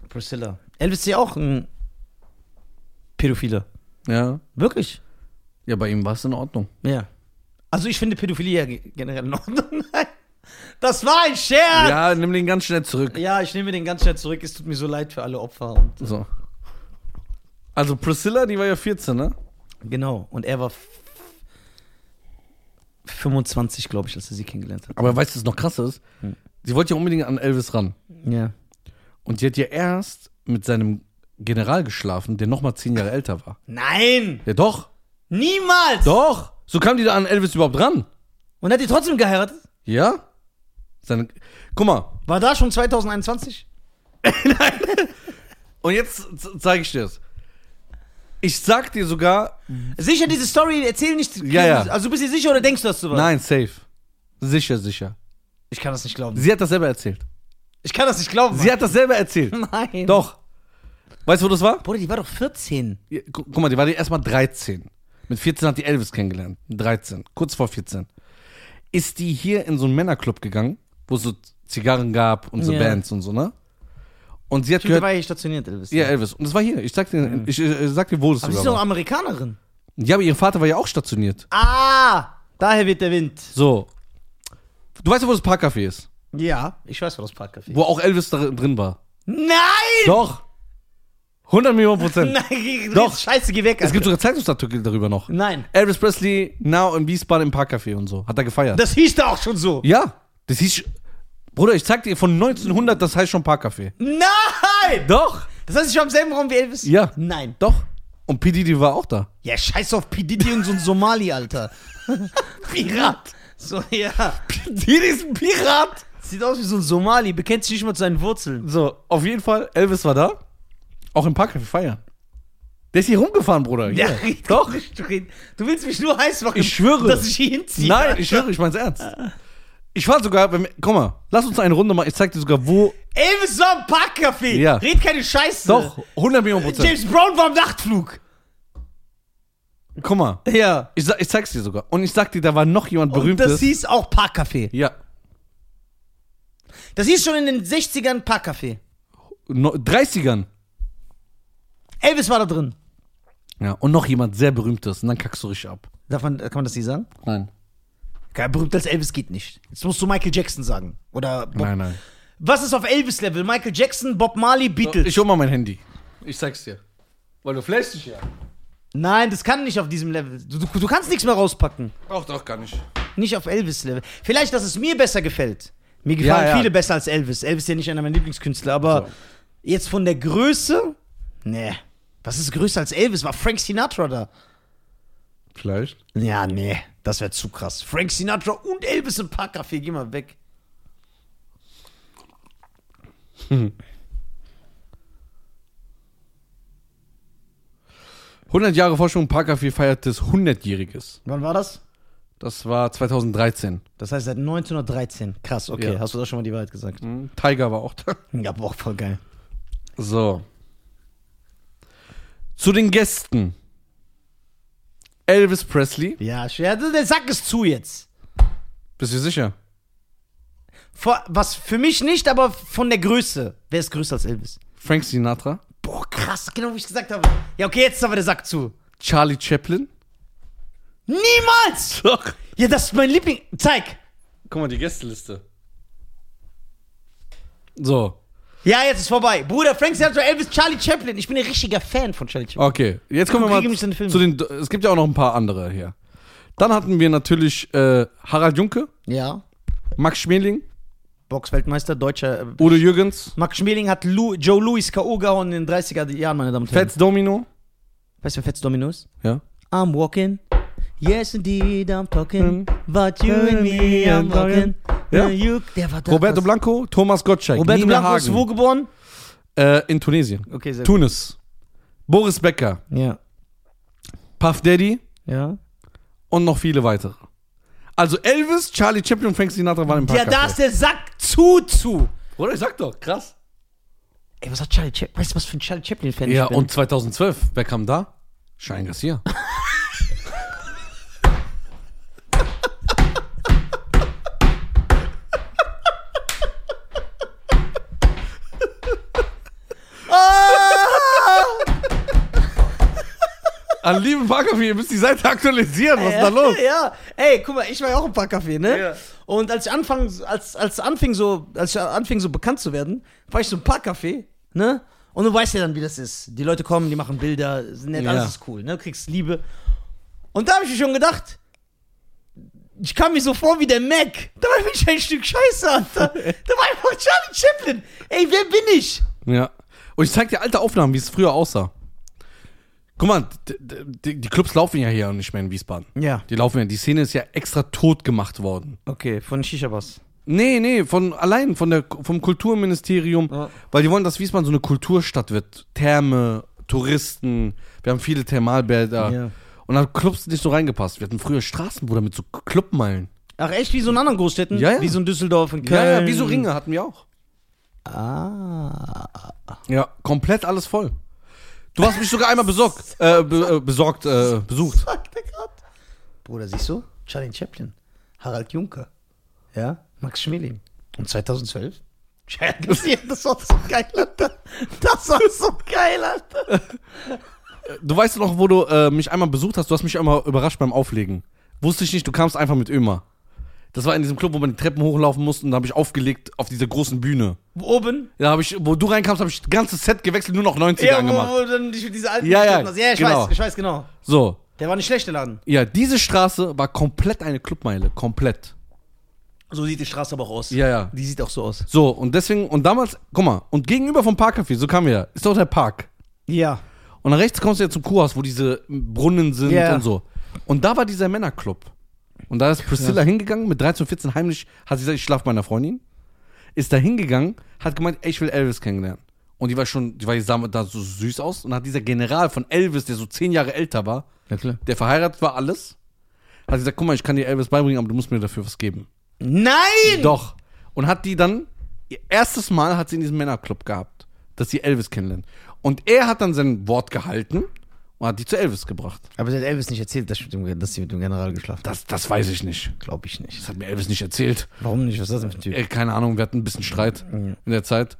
Speaker 1: Priscilla. Elvis ist ja auch ein Pädophiler.
Speaker 2: Ja.
Speaker 1: Wirklich?
Speaker 2: Ja, bei ihm war es in Ordnung.
Speaker 1: Ja. Also ich finde Pädophilie ja ge- generell in Ordnung. Das war ein Scherz!
Speaker 2: Ja, nimm den ganz schnell zurück.
Speaker 1: Ja, ich nehme den ganz schnell zurück. Es tut mir so leid für alle Opfer. Und
Speaker 2: So. Also Priscilla, die war ja 14, ne?
Speaker 1: genau. Und er war f- 25, glaube ich, als er sie kennengelernt hat.
Speaker 2: Aber weißt du, was noch krasser ist? Sie wollte ja unbedingt an Elvis ran.
Speaker 1: Ja.
Speaker 2: Und sie hat ja erst mit seinem General geschlafen, der nochmal zehn Jahre älter war.
Speaker 1: Nein!
Speaker 2: Ja, doch.
Speaker 1: Niemals!
Speaker 2: Doch. So kam die da an Elvis überhaupt ran.
Speaker 1: Und hat die trotzdem geheiratet?
Speaker 2: Ja? Seine, guck mal.
Speaker 1: War da schon 2021?
Speaker 2: Und jetzt zeige ich dir das. Ich sag dir sogar,
Speaker 1: Sicher diese Story, erzähl nicht.
Speaker 2: Ja, ja.
Speaker 1: Also bist du dir sicher oder denkst du das zu was?
Speaker 2: nein, safe. Sicher, sicher.
Speaker 1: Ich kann das nicht glauben.
Speaker 2: Sie hat das selber erzählt.
Speaker 1: Ich kann das nicht glauben.
Speaker 2: Sie hat das selber erzählt.
Speaker 1: Nein.
Speaker 2: Doch. Weißt du, wo das war?
Speaker 1: Bruder, die war doch 14.
Speaker 2: Ja, gu- Guck mal, die war die erstmal 13. Mit 14 hat die Elvis kennengelernt. 13, kurz vor 14. Ist die hier in so einen Männerclub gegangen, wo es so Zigarren gab und so
Speaker 1: Ja.
Speaker 2: Bands und so, ne? Und sie hat
Speaker 1: Stimmt, da
Speaker 2: gehört,
Speaker 1: war ja stationiert, Elvis.
Speaker 2: ja, Elvis. Und das war hier. Ich sag dir, ich, äh, sag dir wo das
Speaker 1: Aber sie ist
Speaker 2: sogar
Speaker 1: doch
Speaker 2: war.
Speaker 1: Amerikanerin.
Speaker 2: Ja, aber ihr Vater war ja auch stationiert.
Speaker 1: Ah! Daher wird der Wind.
Speaker 2: So. Du weißt ja, wo das Parkcafé ist.
Speaker 1: Ja, ich weiß, wo das Parkcafé ist.
Speaker 2: Wo auch Elvis da drin war.
Speaker 1: Nein!
Speaker 2: Doch. 100 Millionen Prozent.
Speaker 1: Nein,
Speaker 2: Doch.
Speaker 1: Scheiße, geh weg.
Speaker 2: Es gibt
Speaker 1: Alter.
Speaker 2: sogar Zeitungsartikel darüber noch.
Speaker 1: Nein.
Speaker 2: Elvis Presley, now in Wiesbaden im Parkcafé und so. Hat er gefeiert.
Speaker 1: Das hieß da auch schon so.
Speaker 2: ja. Das hieß. Bruder, ich zeig dir von 1900, das heißt schon Parkcafé.
Speaker 1: Nein!
Speaker 2: Doch.
Speaker 1: Das heißt, ich war im selben Raum wie Elvis?
Speaker 2: Ja.
Speaker 1: Nein.
Speaker 2: Doch. Und P. Diddy war auch da.
Speaker 1: Ja, scheiß auf P. Diddy und so ein Somali, Alter. Pirat. So, ja.
Speaker 2: Diddy ist ein Pirat.
Speaker 1: Sieht aus wie so ein Somali, bekennt sich nicht mal zu seinen Wurzeln.
Speaker 2: So, auf jeden Fall, Elvis war da. Auch im Parkcafé feiern. Der ist hier rumgefahren, Bruder. Hier.
Speaker 1: red
Speaker 2: Doch.
Speaker 1: nicht, Du, red- du willst mich nur heiß machen,
Speaker 2: Ich schwöre.
Speaker 1: dass ich hier hinziehe.
Speaker 2: Nein, ich schwöre, ich mein's ernst. Ich war sogar, beim, guck mal, lass uns eine Runde machen. Ich zeig dir sogar, wo.
Speaker 1: Elvis war im Parkcafé.
Speaker 2: Ja.
Speaker 1: Red keine Scheiße.
Speaker 2: Doch, 100 Millionen Prozent.
Speaker 1: James Brown war im Nachtflug.
Speaker 2: Guck mal,
Speaker 1: Ja.
Speaker 2: ich, sa- ich zeig's dir sogar. Und ich sag dir, da war noch jemand
Speaker 1: Und das
Speaker 2: Berühmtes.
Speaker 1: hieß auch Parkcafé.
Speaker 2: ja,
Speaker 1: Das hieß schon in den 60ern Parkcafé.
Speaker 2: no, 30ern.
Speaker 1: Elvis war da drin.
Speaker 2: Ja, und noch jemand sehr Berühmtes. Und dann kackst du richtig ab.
Speaker 1: Darf man, kann man das nicht sagen?
Speaker 2: Nein.
Speaker 1: Kein berühmter als Elvis geht nicht. Jetzt musst du Michael Jackson sagen. Oder Bob.
Speaker 2: Nein, nein.
Speaker 1: Was ist auf Elvis-Level? Michael Jackson, Bob Marley, Beatles.
Speaker 2: Ich hol mal mein Handy. Ich zeig's dir. Weil du flashst dich ja.
Speaker 1: Nein, das kann nicht auf diesem Level. Du, du, du kannst nichts mehr rauspacken.
Speaker 2: Braucht auch gar nicht.
Speaker 1: Nicht auf Elvis-Level. Vielleicht, dass es mir besser gefällt. Mir
Speaker 2: Ja,
Speaker 1: gefallen
Speaker 2: ja.
Speaker 1: viele besser als Elvis. Elvis ist ja nicht einer meiner Lieblingskünstler, aber
Speaker 2: So.
Speaker 1: jetzt von der Größe. Nee. Was ist größer als Elvis? War Frank Sinatra da?
Speaker 2: Vielleicht.
Speaker 1: Ja, nee. Das wäre zu krass. Frank Sinatra und Elvis im Parkcafé. Geh mal weg.
Speaker 2: Hm. 100 Jahre Forschung Parkcafé feiert das 100-jähriges.
Speaker 1: Wann war das?
Speaker 2: Das war 2013.
Speaker 1: Das heißt seit 1913. Krass, okay.
Speaker 2: Ja.
Speaker 1: Hast du da schon mal die Wahrheit gesagt?
Speaker 2: Hm, Tiger war auch da.
Speaker 1: Ja, boah, voll geil.
Speaker 2: So. Zu den Gästen. Elvis Presley.
Speaker 1: Ja, sch- ja, der Sack ist zu jetzt.
Speaker 2: Bist du sicher?
Speaker 1: Vor, was für mich nicht, aber von der Größe. Wer ist größer als Elvis?
Speaker 2: Frank Sinatra.
Speaker 1: Boah, krass, genau wie ich gesagt habe. Ja, okay, jetzt ist aber der Sack zu.
Speaker 2: Charlie Chaplin.
Speaker 1: Niemals!
Speaker 2: Doch.
Speaker 1: Ja, das ist mein Liebling. Zeig!
Speaker 2: Guck mal, die Gästeliste. So.
Speaker 1: Ja, jetzt ist vorbei. Bruder, Frank Sinatra, Elvis, Charlie Chaplin. Ich bin ein richtiger Fan von Charlie Chaplin.
Speaker 2: Okay, jetzt kommen wir
Speaker 1: Kriege
Speaker 2: mal
Speaker 1: mich in den Film.
Speaker 2: zu den. Es gibt ja auch noch ein paar andere hier. Dann hatten wir natürlich äh, Harald Junke,
Speaker 1: Ja.
Speaker 2: Max Schmeling,
Speaker 1: Boxweltmeister, deutscher. äh,
Speaker 2: Udo Jürgens,
Speaker 1: Max Schmeling hat Lu Joe Louis K.O. gehauen in den 30er Jahren, meine Damen und Herren.
Speaker 2: Fats Domino.
Speaker 1: Weißt du, wer Fetz Domino ist?
Speaker 2: Ja.
Speaker 1: I'm walking. Yes, indeed, I'm talking. But you and me, I'm walking.
Speaker 2: Ja.
Speaker 1: You, der war da-
Speaker 2: Roberto
Speaker 1: das-
Speaker 2: Blanco, Thomas Gottschalk,
Speaker 1: Roberto
Speaker 2: Nina
Speaker 1: Blanco ist wo
Speaker 2: Hagen,
Speaker 1: geboren?
Speaker 2: äh, in Tunesien,
Speaker 1: Okay, sehr gut.
Speaker 2: Tunis, Boris Becker,
Speaker 1: Ja.
Speaker 2: Puff Daddy
Speaker 1: Ja.
Speaker 2: und noch viele weitere. Also Elvis, Charlie Chaplin und Frank Sinatra waren im Park.
Speaker 1: Ja, da ist der Sack zu zu.
Speaker 2: Oder ich sag doch, krass.
Speaker 1: Ey, was hat Charlie Chaplin? Weißt du, was für ein Charlie Chaplin-Fan
Speaker 2: Ja,
Speaker 1: ich bin?
Speaker 2: und 2012, wer kam da? Schein Garcia. Ah! An lieben Parker, ihr müsst die Seite aktualisieren. Was ist da los?
Speaker 1: Äh, Ja, ey, guck mal, ich war ja auch ein paar Kaffee, ne?
Speaker 2: Ja.
Speaker 1: Und als ich anfang, als, als anfing so, als ich anfing so bekannt zu werden, war ich so ein paar Kaffee, ne? Und du weißt ja dann, wie das ist. Die Leute kommen, die machen Bilder, sind nett,
Speaker 2: Ja.
Speaker 1: alles ist cool, ne? Du kriegst Liebe. Und da habe ich mir schon gedacht, ich kam mir so vor wie der Mac. Dabei bin ich ein Stück Scheiße, Alter. Dabei war ich Charlie Chaplin. Ey, wer bin ich?
Speaker 2: Ja. Und ich zeig dir alte Aufnahmen, wie es früher aussah. Guck mal, d- d- die, die Clubs laufen ja hier nicht mehr in Wiesbaden.
Speaker 1: Ja.
Speaker 2: Die laufen ja, die Szene ist ja extra tot gemacht worden.
Speaker 1: Okay, von Shisha-Bass.
Speaker 2: Nee, nee, von allein von der, vom Kulturministerium,
Speaker 1: Ja.
Speaker 2: weil die wollen, dass Wiesbaden so eine Kulturstadt wird. Therme, Touristen, wir haben viele Thermalbäder.
Speaker 1: Ja.
Speaker 2: Und dann Clubs sind nicht so reingepasst. Wir hatten früher Straßenbruder mit so Clubmeilen.
Speaker 1: Ach, echt wie so in anderen Großstädten?
Speaker 2: Ja, ja.
Speaker 1: Wie so in Düsseldorf und Köln.
Speaker 2: Ja, ja, wie so Ringe hatten wir auch.
Speaker 1: Ah.
Speaker 2: Ja, komplett alles voll. Du hast mich sogar einmal besorgt, äh, be, äh, besorgt, äh, besucht.
Speaker 1: sagt er gerade. Bruder, siehst du? Charlie Chaplin, Harald Juncker, ja, Max Schmeling. Und 2012? Charlie, das war so geil, Alter. Das war so geil, Alter.
Speaker 2: Du weißt doch noch, wo du äh, mich einmal besucht hast, du hast mich einmal überrascht beim Auflegen. Wusste ich nicht, du kamst einfach mit Ömer. Das war in diesem Club, wo man die Treppen hochlaufen musste und da habe ich aufgelegt auf dieser großen Bühne.
Speaker 1: Oben?
Speaker 2: Da habe ich, wo du reinkamst, habe ich das ganze Set gewechselt, nur noch 90er
Speaker 1: Ja, wo,
Speaker 2: angemacht.
Speaker 1: wo dann die- diese alten
Speaker 2: Ja, ja,
Speaker 1: Geschichten hast. ja ich
Speaker 2: genau.
Speaker 1: weiß, ich weiß genau.
Speaker 2: So.
Speaker 1: Der war nicht schlecht, der Laden.
Speaker 2: Ja, diese Straße war komplett eine Clubmeile. Komplett.
Speaker 1: So sieht die Straße aber auch aus.
Speaker 2: Ja, ja.
Speaker 1: Die sieht auch so aus.
Speaker 2: So, und deswegen, und damals, guck mal, und gegenüber vom Parkcafé, so kamen wir, ja, ist doch der Park.
Speaker 1: Ja.
Speaker 2: Und nach rechts kommst du ja zum Kuhhaus, wo diese Brunnen sind
Speaker 1: Ja.
Speaker 2: und so. Und da war dieser Männerclub. Und da ist Priscilla hingegangen, mit 13, 14 heimlich, hat sie gesagt, ich schlaf bei einer Freundin. Ist da hingegangen, hat gemeint, ey, ich will Elvis kennenlernen. Und die war schon, die war, die sah da so süß aus. Und hat dieser General von Elvis, der so 10 Jahre älter war,
Speaker 1: Ja, klar.
Speaker 2: der verheiratet war, alles, hat gesagt, guck mal, ich kann dir Elvis beibringen, aber du musst mir dafür was geben.
Speaker 1: Nein!
Speaker 2: Doch. Und hat die dann, ihr erstes Mal hat sie in diesem Männerclub gehabt, dass sie Elvis kennenlernt. Und er hat dann sein Wort gehalten und hat die zu Elvis gebracht.
Speaker 1: Aber sie hat Elvis nicht erzählt, dass, sie mit dem General geschlafen hat.
Speaker 2: Das, das weiß ich nicht.
Speaker 1: Glaube ich nicht.
Speaker 2: Das hat mir Elvis nicht erzählt.
Speaker 1: Warum nicht? Was ist das denn für ein Typ?
Speaker 2: Äh, keine Ahnung, wir hatten ein bisschen Streit in der Zeit.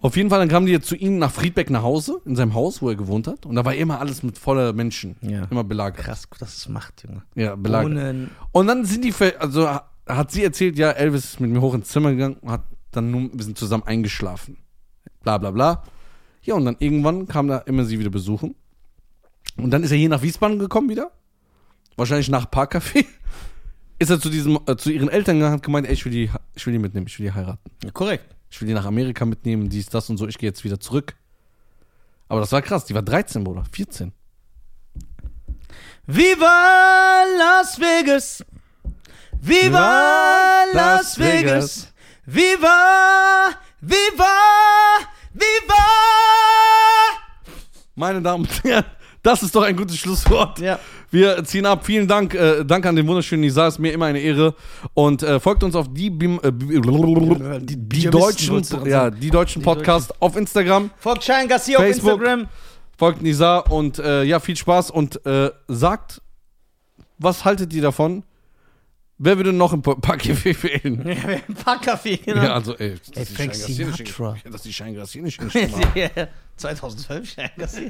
Speaker 2: Auf jeden Fall, dann kamen die jetzt zu ihm nach Friedbeck nach Hause, in seinem Haus, wo er gewohnt hat. Und da war immer alles mit voller Menschen.
Speaker 1: Ja.
Speaker 2: Immer belagert.
Speaker 1: Krass, gut, dass es macht, Junge.
Speaker 2: Ja, belagert.
Speaker 1: Bohnen.
Speaker 2: Und dann sind die, ver- also ha- hat sie erzählt, ja, Elvis ist mit mir hoch ins Zimmer gegangen und hat dann nur, wir sind zusammen eingeschlafen. Bla bla bla. Ja, und dann irgendwann kam da immer sie wieder besuchen. Und dann ist er hier nach Wiesbaden gekommen wieder. Wahrscheinlich nach Parkcafé. Ist er zu diesem, äh, zu ihren Eltern gegangen, hat gemeint, ey, ich will die, ich will die mitnehmen, ich will die heiraten.
Speaker 1: Korrekt.
Speaker 2: Ich will die nach Amerika mitnehmen, dies, das und so, ich gehe jetzt wieder zurück. Aber das war krass, die war 13, Bruder, 14.
Speaker 1: Viva Las Vegas! Viva
Speaker 2: Viva
Speaker 1: Las
Speaker 2: Las
Speaker 1: Vegas!
Speaker 2: Vegas.
Speaker 1: Viva! Viva! Viva!
Speaker 2: Meine Damen und Herren, das ist doch ein gutes Schlusswort.
Speaker 1: Ja.
Speaker 2: Wir ziehen ab. Vielen Dank. Äh, danke an den wunderschönen Nisa. Ist mir immer eine Ehre. Und äh, folgt uns auf die, Bim, äh, die, die,
Speaker 1: Jamisten
Speaker 2: deutschen,
Speaker 1: wolltest du gerade
Speaker 2: ja,
Speaker 1: sagen.
Speaker 2: die deutschen Podcast auf Instagram.
Speaker 1: Folgt Schein Garcia auf
Speaker 2: Facebook.
Speaker 1: Instagram.
Speaker 2: Folgt Nisa und äh, ja, viel Spaß und äh, sagt, was haltet ihr davon? Wer würde noch im Paket fehlen?
Speaker 1: Ein paar Kaffee, genau.
Speaker 2: Ja, also, ey,
Speaker 1: Ey,
Speaker 2: dass die
Speaker 1: Frank
Speaker 2: Schein Garcia nicht
Speaker 1: Sinatra.
Speaker 2: hingekriegt- dass die Schein Garcia nicht hingekriegt haben.
Speaker 1: 2012 Schein Garcia.